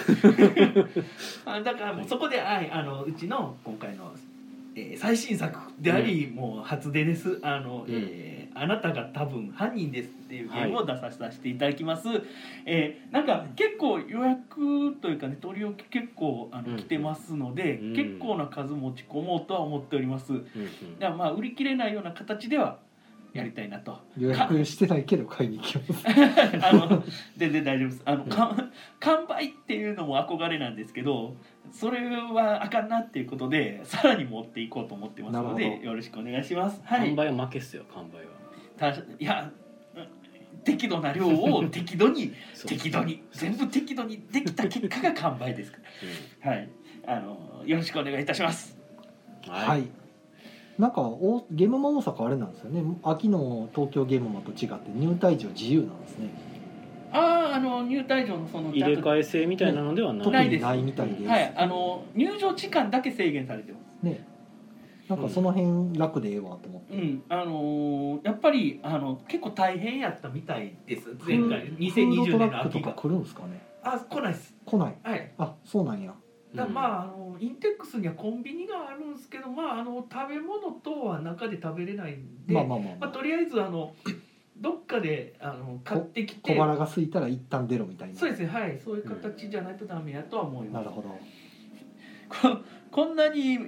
[SPEAKER 3] あだからもうそこで、はい、あのうちの今回の、えー最新作であり、もう初出ですあの、えーあなたが多分犯人です」っていうゲームを出させていただきます、えーなんか結構予約というかね取り置き結構あの、
[SPEAKER 1] うん
[SPEAKER 3] 来てますので、
[SPEAKER 1] うん
[SPEAKER 3] 結構な数持ち込もうとは思っております
[SPEAKER 1] うんうん
[SPEAKER 3] だからまあ売り切れないような形ではやりたいなと。
[SPEAKER 2] 予約してないけど買いに行きます
[SPEAKER 3] あの全然大丈夫ですあの、かん完売っていうのも憧れなんですけどそれはあかんなっていうことでさらに持っていこうと思ってますの
[SPEAKER 2] なる
[SPEAKER 3] で
[SPEAKER 2] ほ
[SPEAKER 3] よろしくお願いしますは
[SPEAKER 1] 完
[SPEAKER 3] い
[SPEAKER 1] 売は負けっすよ完売は
[SPEAKER 3] たいやうん適度な量 を適度に
[SPEAKER 1] そう
[SPEAKER 3] 適度に全部適度にできた結果が完売ですか
[SPEAKER 1] う
[SPEAKER 3] らはいあのよろしくお願いいたします
[SPEAKER 1] ん
[SPEAKER 2] はい、なんかおゲームマ大阪あれなんですよね秋の東京ゲームマと違って入退場自由なんですね
[SPEAKER 3] あああの入退場のその
[SPEAKER 1] 入れ
[SPEAKER 3] ちゃん
[SPEAKER 1] 替え制みたいなのではない
[SPEAKER 2] 特
[SPEAKER 3] ない
[SPEAKER 2] に
[SPEAKER 3] です
[SPEAKER 2] ないみたいです
[SPEAKER 3] とはいあの入場時間だけ制限されてます
[SPEAKER 2] ねなんかその辺楽でええわと思って、
[SPEAKER 3] うん、あのーやっぱりあの結構大変やったみたいです前回
[SPEAKER 2] フード
[SPEAKER 3] 2020
[SPEAKER 2] ト
[SPEAKER 3] 年
[SPEAKER 2] ラッ
[SPEAKER 3] の
[SPEAKER 2] クと
[SPEAKER 3] 秋
[SPEAKER 2] か
[SPEAKER 3] が
[SPEAKER 2] 来るんですかね
[SPEAKER 3] あ来ないです
[SPEAKER 2] 来ない
[SPEAKER 3] はい
[SPEAKER 2] あそうなんや
[SPEAKER 3] だ
[SPEAKER 1] うん
[SPEAKER 3] まああのインテックスにはコンビニがあるんですけどまああの食べ物等は中で食べれないんで、
[SPEAKER 2] ま
[SPEAKER 3] ま
[SPEAKER 2] あ
[SPEAKER 3] あ
[SPEAKER 2] まあまあ、まあ、
[SPEAKER 3] とりあえずあのどっかであの買ってき
[SPEAKER 2] 小
[SPEAKER 3] て
[SPEAKER 2] 腹が空いたら一旦出ろみたいな
[SPEAKER 3] そうですねはいそういう形じゃないとダメやとは思いま
[SPEAKER 2] な
[SPEAKER 3] す、
[SPEAKER 2] るほど
[SPEAKER 3] こ こんなに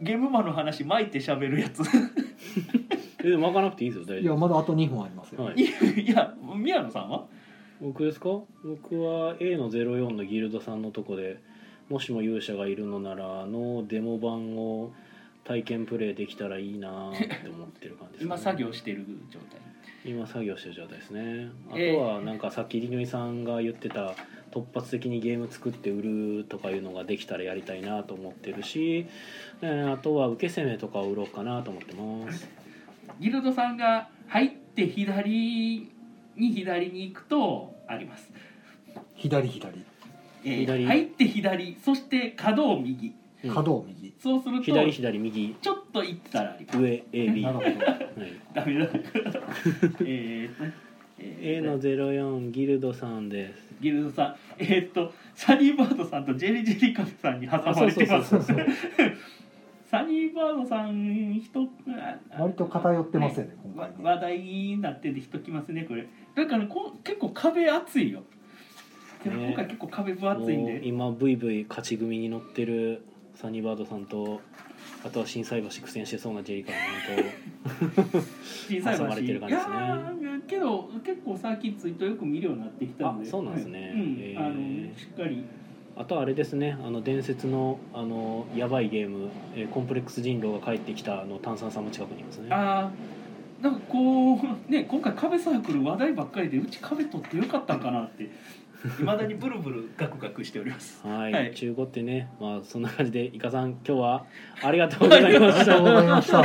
[SPEAKER 3] ゲームマンの話巻いて喋るやつ
[SPEAKER 1] え巻かなくていいですよ大
[SPEAKER 2] い
[SPEAKER 1] 丈
[SPEAKER 2] やまだあと2分ありますよ、
[SPEAKER 1] 夫はい
[SPEAKER 3] いや宮野さんは
[SPEAKER 1] 僕ですか僕は A の04のギルドさんのとこで「もしも勇者がいるのなら」のデモ版を体験プレイできたらいいなって思ってる感じです、ね、
[SPEAKER 3] 今作業してる状態
[SPEAKER 1] 今作業してる状態ですねあ
[SPEAKER 3] ええ
[SPEAKER 1] とはなんかさっきりのいさんが言ってた突発的にゲーム作って売るとかいうのができたらやりたいなと思ってるし、えーあとは受け攻めとかを売ろうかなと思ってます
[SPEAKER 3] ギルドさんが入って左に左に行くとあります、
[SPEAKER 2] 左左
[SPEAKER 3] えー
[SPEAKER 1] 左
[SPEAKER 3] 入って左そして角を右
[SPEAKER 1] うん
[SPEAKER 2] 角を右、
[SPEAKER 3] そうすると
[SPEAKER 1] 左左右
[SPEAKER 3] ちょっと行ったらあります
[SPEAKER 1] 上 AB
[SPEAKER 2] な
[SPEAKER 1] は
[SPEAKER 2] る
[SPEAKER 1] い
[SPEAKER 2] ほど
[SPEAKER 3] ダメだえーっとねえ
[SPEAKER 1] A の04ギルドさんです
[SPEAKER 3] ギルドさんえーっとサニーバードさんとジェリージェリーカフェさんに挟まれてます
[SPEAKER 1] あそうそうそうそう
[SPEAKER 3] サニーバードさん人あ
[SPEAKER 2] 割と偏ってますよね今
[SPEAKER 3] わ
[SPEAKER 2] 回ね
[SPEAKER 3] 話題になってて人きますねこれだからこう結構壁厚いよ、でも
[SPEAKER 1] ね
[SPEAKER 3] 今回結構壁分
[SPEAKER 1] も
[SPEAKER 3] 厚いん
[SPEAKER 1] う
[SPEAKER 3] で
[SPEAKER 1] 今ブイブイ勝ち組に乗ってるサニーバードさんとあとは心斎橋苦戦してそうなジェリカさんと
[SPEAKER 3] 小さい
[SPEAKER 1] 挟まれてる感じですね
[SPEAKER 3] いやーけど結構最近ツイートよく見るようになってきたんで
[SPEAKER 1] あそうなんですね
[SPEAKER 3] うん
[SPEAKER 1] へー
[SPEAKER 3] あのしっかり
[SPEAKER 1] あとはあれですねあの伝説のあのやばいゲーム、えーコンプレックス人狼が帰ってきたあの炭酸さんも近くにいますね
[SPEAKER 3] あーなんかこうね今回壁サークル話題ばっかりでうち壁取ってよかったんかなっていまだにブルブルガクガクしております
[SPEAKER 1] はい、
[SPEAKER 3] はい
[SPEAKER 1] 中古ってねまあそんな感じでイカさん今日はありがとうございま
[SPEAKER 2] あり
[SPEAKER 1] し
[SPEAKER 2] がとう
[SPEAKER 1] た
[SPEAKER 2] ございました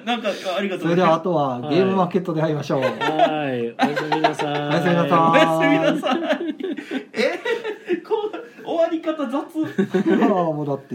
[SPEAKER 3] なんかありがとう
[SPEAKER 2] それではあとは
[SPEAKER 1] はい
[SPEAKER 2] ゲームマーケットで会いましょう、
[SPEAKER 1] はいおやすみなさい
[SPEAKER 2] おやすみな
[SPEAKER 3] お
[SPEAKER 2] さ
[SPEAKER 3] やすみなさいえ こう終わり方雑
[SPEAKER 2] 今はもうだって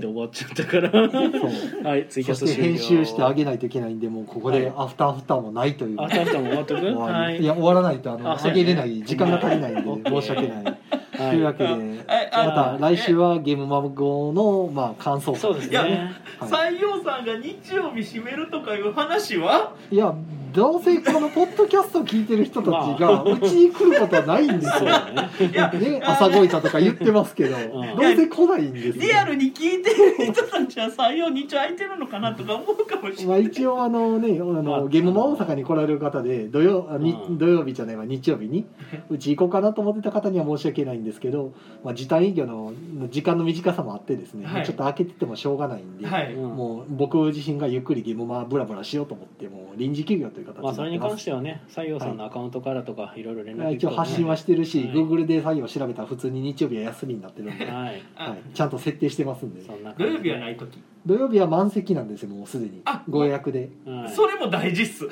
[SPEAKER 1] で終わっちゃったから
[SPEAKER 2] そう
[SPEAKER 1] はいツイキ
[SPEAKER 2] そ
[SPEAKER 1] ャス
[SPEAKER 2] して
[SPEAKER 1] 終了
[SPEAKER 2] 編集してあげないといけないんでもうここでアフターアフターもないという、
[SPEAKER 1] あたあたも終わっとく
[SPEAKER 2] 終わり、
[SPEAKER 1] はいい
[SPEAKER 2] や終わらないとあの
[SPEAKER 1] あそう
[SPEAKER 2] 上
[SPEAKER 1] やね
[SPEAKER 2] げれない時間が足りないんで
[SPEAKER 1] ほんまや
[SPEAKER 2] 申し訳ない、
[SPEAKER 1] は
[SPEAKER 2] という
[SPEAKER 1] い
[SPEAKER 2] わけで
[SPEAKER 3] あ
[SPEAKER 2] また来週はゲームマゴのまあ感想会
[SPEAKER 1] そうです
[SPEAKER 3] いや
[SPEAKER 1] ね
[SPEAKER 2] は
[SPEAKER 3] 採用さんが日曜日閉めるとかいう話
[SPEAKER 2] 、
[SPEAKER 3] はい
[SPEAKER 2] いやどうせこのポッドキャストを聞いてる人たちがうちに来ることはないんです
[SPEAKER 1] そう
[SPEAKER 2] よ
[SPEAKER 1] だね
[SPEAKER 3] いや
[SPEAKER 2] ね、朝ごいたとか言ってますけど、ど
[SPEAKER 1] ん
[SPEAKER 2] うせ来ないんですよ
[SPEAKER 3] リアルに聞いてる人たちは採用日曜空いてるのかなとか思うかもしれ
[SPEAKER 2] ま
[SPEAKER 3] な
[SPEAKER 2] あ
[SPEAKER 3] い
[SPEAKER 2] 一応あのね、あの、
[SPEAKER 1] まあ
[SPEAKER 2] ゲームマ大阪に来られる方で土曜あに
[SPEAKER 1] うん
[SPEAKER 2] 土曜日じゃないわ日曜 日にうち行こうかなと思ってた方には申し訳ないんですけど、まあ時短営業の時間の短さもあってですね、
[SPEAKER 3] はい
[SPEAKER 2] ちょっと開けててもしょうがないんで、
[SPEAKER 3] はい、
[SPEAKER 1] うん
[SPEAKER 2] もう僕自身がゆっくりゲームマブラブラしようと思ってもう臨時休業という形
[SPEAKER 1] まあそれに
[SPEAKER 2] なっ
[SPEAKER 1] 関
[SPEAKER 2] てま
[SPEAKER 1] し
[SPEAKER 2] す。
[SPEAKER 1] てはね西洋さんのアカウントからとかいろいろ連
[SPEAKER 2] まあ
[SPEAKER 1] 絡
[SPEAKER 2] 一応発信はしてるし、
[SPEAKER 1] はい
[SPEAKER 2] Google で作業調べたら普通に日曜日は休みになってるんで、は
[SPEAKER 1] はい
[SPEAKER 3] あ
[SPEAKER 2] い、ちゃんと設定してますんで
[SPEAKER 1] そんな
[SPEAKER 3] 土
[SPEAKER 1] 感じで
[SPEAKER 3] 曜日はない時、
[SPEAKER 2] 土曜日は満席なんですよもうすでに
[SPEAKER 3] あ
[SPEAKER 2] ご予約で、
[SPEAKER 1] はい
[SPEAKER 3] それも大事っす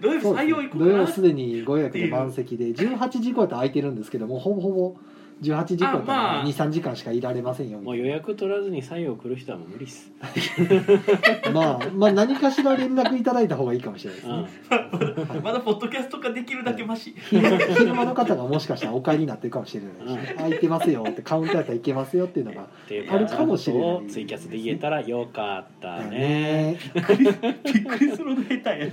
[SPEAKER 3] 土曜日
[SPEAKER 2] そう
[SPEAKER 3] 採
[SPEAKER 2] です
[SPEAKER 3] 用
[SPEAKER 2] ね
[SPEAKER 3] 行こ
[SPEAKER 2] 土
[SPEAKER 3] う
[SPEAKER 2] 曜
[SPEAKER 3] か
[SPEAKER 2] すでにご予約で満席で18時以降やったら空いてるんですけどもうほぼほぼ18時以降やった
[SPEAKER 3] あま
[SPEAKER 2] ら
[SPEAKER 3] あ
[SPEAKER 2] 23時間しかいられませんよみ
[SPEAKER 1] も
[SPEAKER 2] た
[SPEAKER 1] う
[SPEAKER 2] い
[SPEAKER 1] 予約取らずに採用来る人はもう無理っす、
[SPEAKER 2] なまあまあ何かしら連絡いただいた方がいいかもしれないで
[SPEAKER 1] う
[SPEAKER 2] すね
[SPEAKER 1] ん、
[SPEAKER 3] なまだポッドキャストができるだけマシ
[SPEAKER 2] 昼昼間の方がもしかしたらお帰りになってるかもしれないし、空いてますよってカウンターやったらいけますよっていうのが
[SPEAKER 1] っていう
[SPEAKER 2] あるかもしれない
[SPEAKER 1] ことをツイキャスで言えたらよかった
[SPEAKER 2] だよ
[SPEAKER 1] ね
[SPEAKER 2] ね
[SPEAKER 3] びっくりするの下手や
[SPEAKER 2] い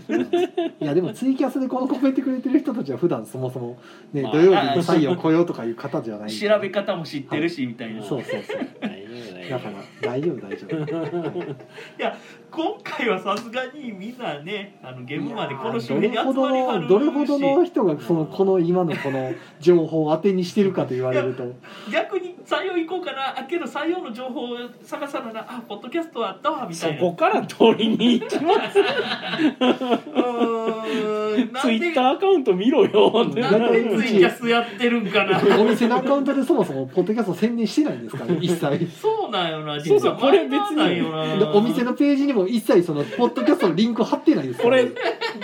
[SPEAKER 2] やでもツイキャスでこのコメントくれてる人たちは普段そもそも、ね
[SPEAKER 1] まあ
[SPEAKER 2] 土曜日の採用来ようとかいう方じゃないんで
[SPEAKER 3] 調べ方も知ってるしみたいな
[SPEAKER 2] そうそうそう
[SPEAKER 1] 大丈夫だ
[SPEAKER 2] だ
[SPEAKER 1] よ
[SPEAKER 2] から大丈夫大丈夫
[SPEAKER 3] 今回はさすがにみんなねあのゲームまでこの周
[SPEAKER 2] どれ
[SPEAKER 3] 辺に
[SPEAKER 2] ほ
[SPEAKER 3] 集まりは
[SPEAKER 2] ど
[SPEAKER 3] る
[SPEAKER 2] のどれほどの
[SPEAKER 3] し
[SPEAKER 2] 人がそのこの今のこの情報を当てにしてるかと言われると
[SPEAKER 3] 逆に採用行こうかなあけど採用の情報を探さななあポッドキャストはあったわみた
[SPEAKER 1] そ
[SPEAKER 3] いな
[SPEAKER 1] こから取りに行っても
[SPEAKER 3] うーんな
[SPEAKER 1] ツイ
[SPEAKER 3] ん
[SPEAKER 1] ッ
[SPEAKER 3] で
[SPEAKER 1] ターアカウント見ろよってな
[SPEAKER 3] なん
[SPEAKER 1] る
[SPEAKER 3] でツイキャスやってるんかな
[SPEAKER 2] お店のアカウントでそもそもポッドキャスト宣伝してないんですから、ね、一切
[SPEAKER 3] そうなんよな
[SPEAKER 1] そうそうこれ別に
[SPEAKER 3] マイナーなんよ
[SPEAKER 2] で
[SPEAKER 3] な
[SPEAKER 2] お店のページにも一切そのポッドキャストのリンク貼ってないですか
[SPEAKER 1] こ
[SPEAKER 2] ら、
[SPEAKER 1] れ
[SPEAKER 2] ね、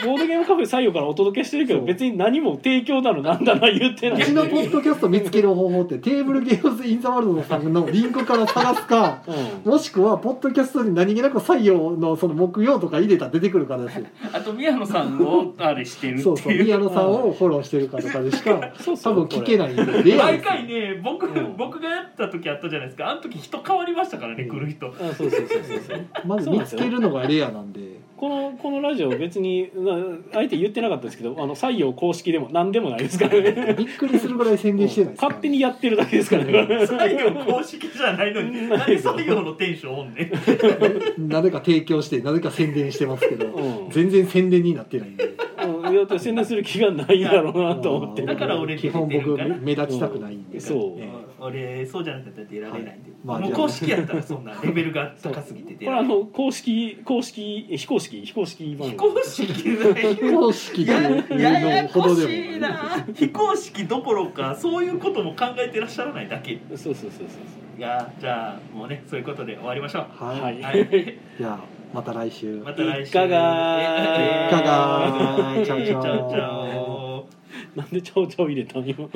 [SPEAKER 1] ボードゲームカフェ採用からお届けしてるけ
[SPEAKER 2] そ
[SPEAKER 1] ど
[SPEAKER 2] う
[SPEAKER 1] 別に何も提供だのなんだな言ってな
[SPEAKER 2] う
[SPEAKER 1] い
[SPEAKER 2] ち
[SPEAKER 1] うん
[SPEAKER 2] のポッドキャスト見つける方法ってテーブルゲームズ・イン・ザ・ワールドさんのリンクから探すかもしくはポッドキャストに何気なく採用のその木曜とか入れたら出てくるから ですよ
[SPEAKER 3] あと宮野さんをあれしてるっていう
[SPEAKER 2] そうそう宮野さんをフォローしてるかとかでしか
[SPEAKER 1] そうそ
[SPEAKER 2] 多
[SPEAKER 1] う
[SPEAKER 2] 分聞け
[SPEAKER 1] ない
[SPEAKER 2] ないんでレア
[SPEAKER 3] 毎
[SPEAKER 2] ですよ
[SPEAKER 3] 回ね僕,、
[SPEAKER 1] うん
[SPEAKER 3] 僕がやった時あったじゃないですかあの時人変わりましたからね、
[SPEAKER 2] うん
[SPEAKER 3] 来る人
[SPEAKER 1] あそうそうそうそうそう
[SPEAKER 2] まず見つけるのがレアなんで
[SPEAKER 1] このこのラジオ別になあえて言ってなかったですけどあの採用公式でも何でもないですからね
[SPEAKER 2] びっくりするぐらい宣伝してないですから
[SPEAKER 1] 勝手にやってるだけですからね
[SPEAKER 3] 採用公式じゃないのに何採用のテンションおんねん
[SPEAKER 2] なぜか提供してなぜか宣伝してますけど
[SPEAKER 1] うん
[SPEAKER 2] 全然宣伝になってないんで
[SPEAKER 1] うん、だって宣伝する気がないだろうなと思って
[SPEAKER 2] あー
[SPEAKER 3] だから俺
[SPEAKER 2] 基本僕
[SPEAKER 3] 出てるから
[SPEAKER 2] 目立ちたくないんで
[SPEAKER 1] そう
[SPEAKER 2] ええ
[SPEAKER 3] 俺そうじゃなかったら出られないんで、
[SPEAKER 2] はいまあ
[SPEAKER 3] もう
[SPEAKER 2] じゃあ
[SPEAKER 3] 公式やったらそんなレベルが高すぎて出
[SPEAKER 1] これ
[SPEAKER 3] ら
[SPEAKER 1] あ
[SPEAKER 3] れない
[SPEAKER 1] の公式公式え非公式非公式番
[SPEAKER 3] 非
[SPEAKER 1] 組
[SPEAKER 3] 公式だ
[SPEAKER 2] 非
[SPEAKER 3] よ
[SPEAKER 2] 公式って
[SPEAKER 3] やや
[SPEAKER 2] いう
[SPEAKER 3] や
[SPEAKER 2] のほ
[SPEAKER 3] こ
[SPEAKER 2] どでも
[SPEAKER 3] しいな非公式どころかそういうことも考えてらっしゃらないだけい
[SPEAKER 1] そうそうそうそう
[SPEAKER 3] やじゃあもうねそういうことで終わりましょう
[SPEAKER 1] そう
[SPEAKER 2] は
[SPEAKER 1] はいい、
[SPEAKER 3] はい
[SPEAKER 2] じゃあまた来週
[SPEAKER 3] また来週
[SPEAKER 1] いかが
[SPEAKER 3] え
[SPEAKER 1] い
[SPEAKER 2] かがチャオチャオ
[SPEAKER 3] チャオチャオ
[SPEAKER 1] なんでちょうちょう入れたんよ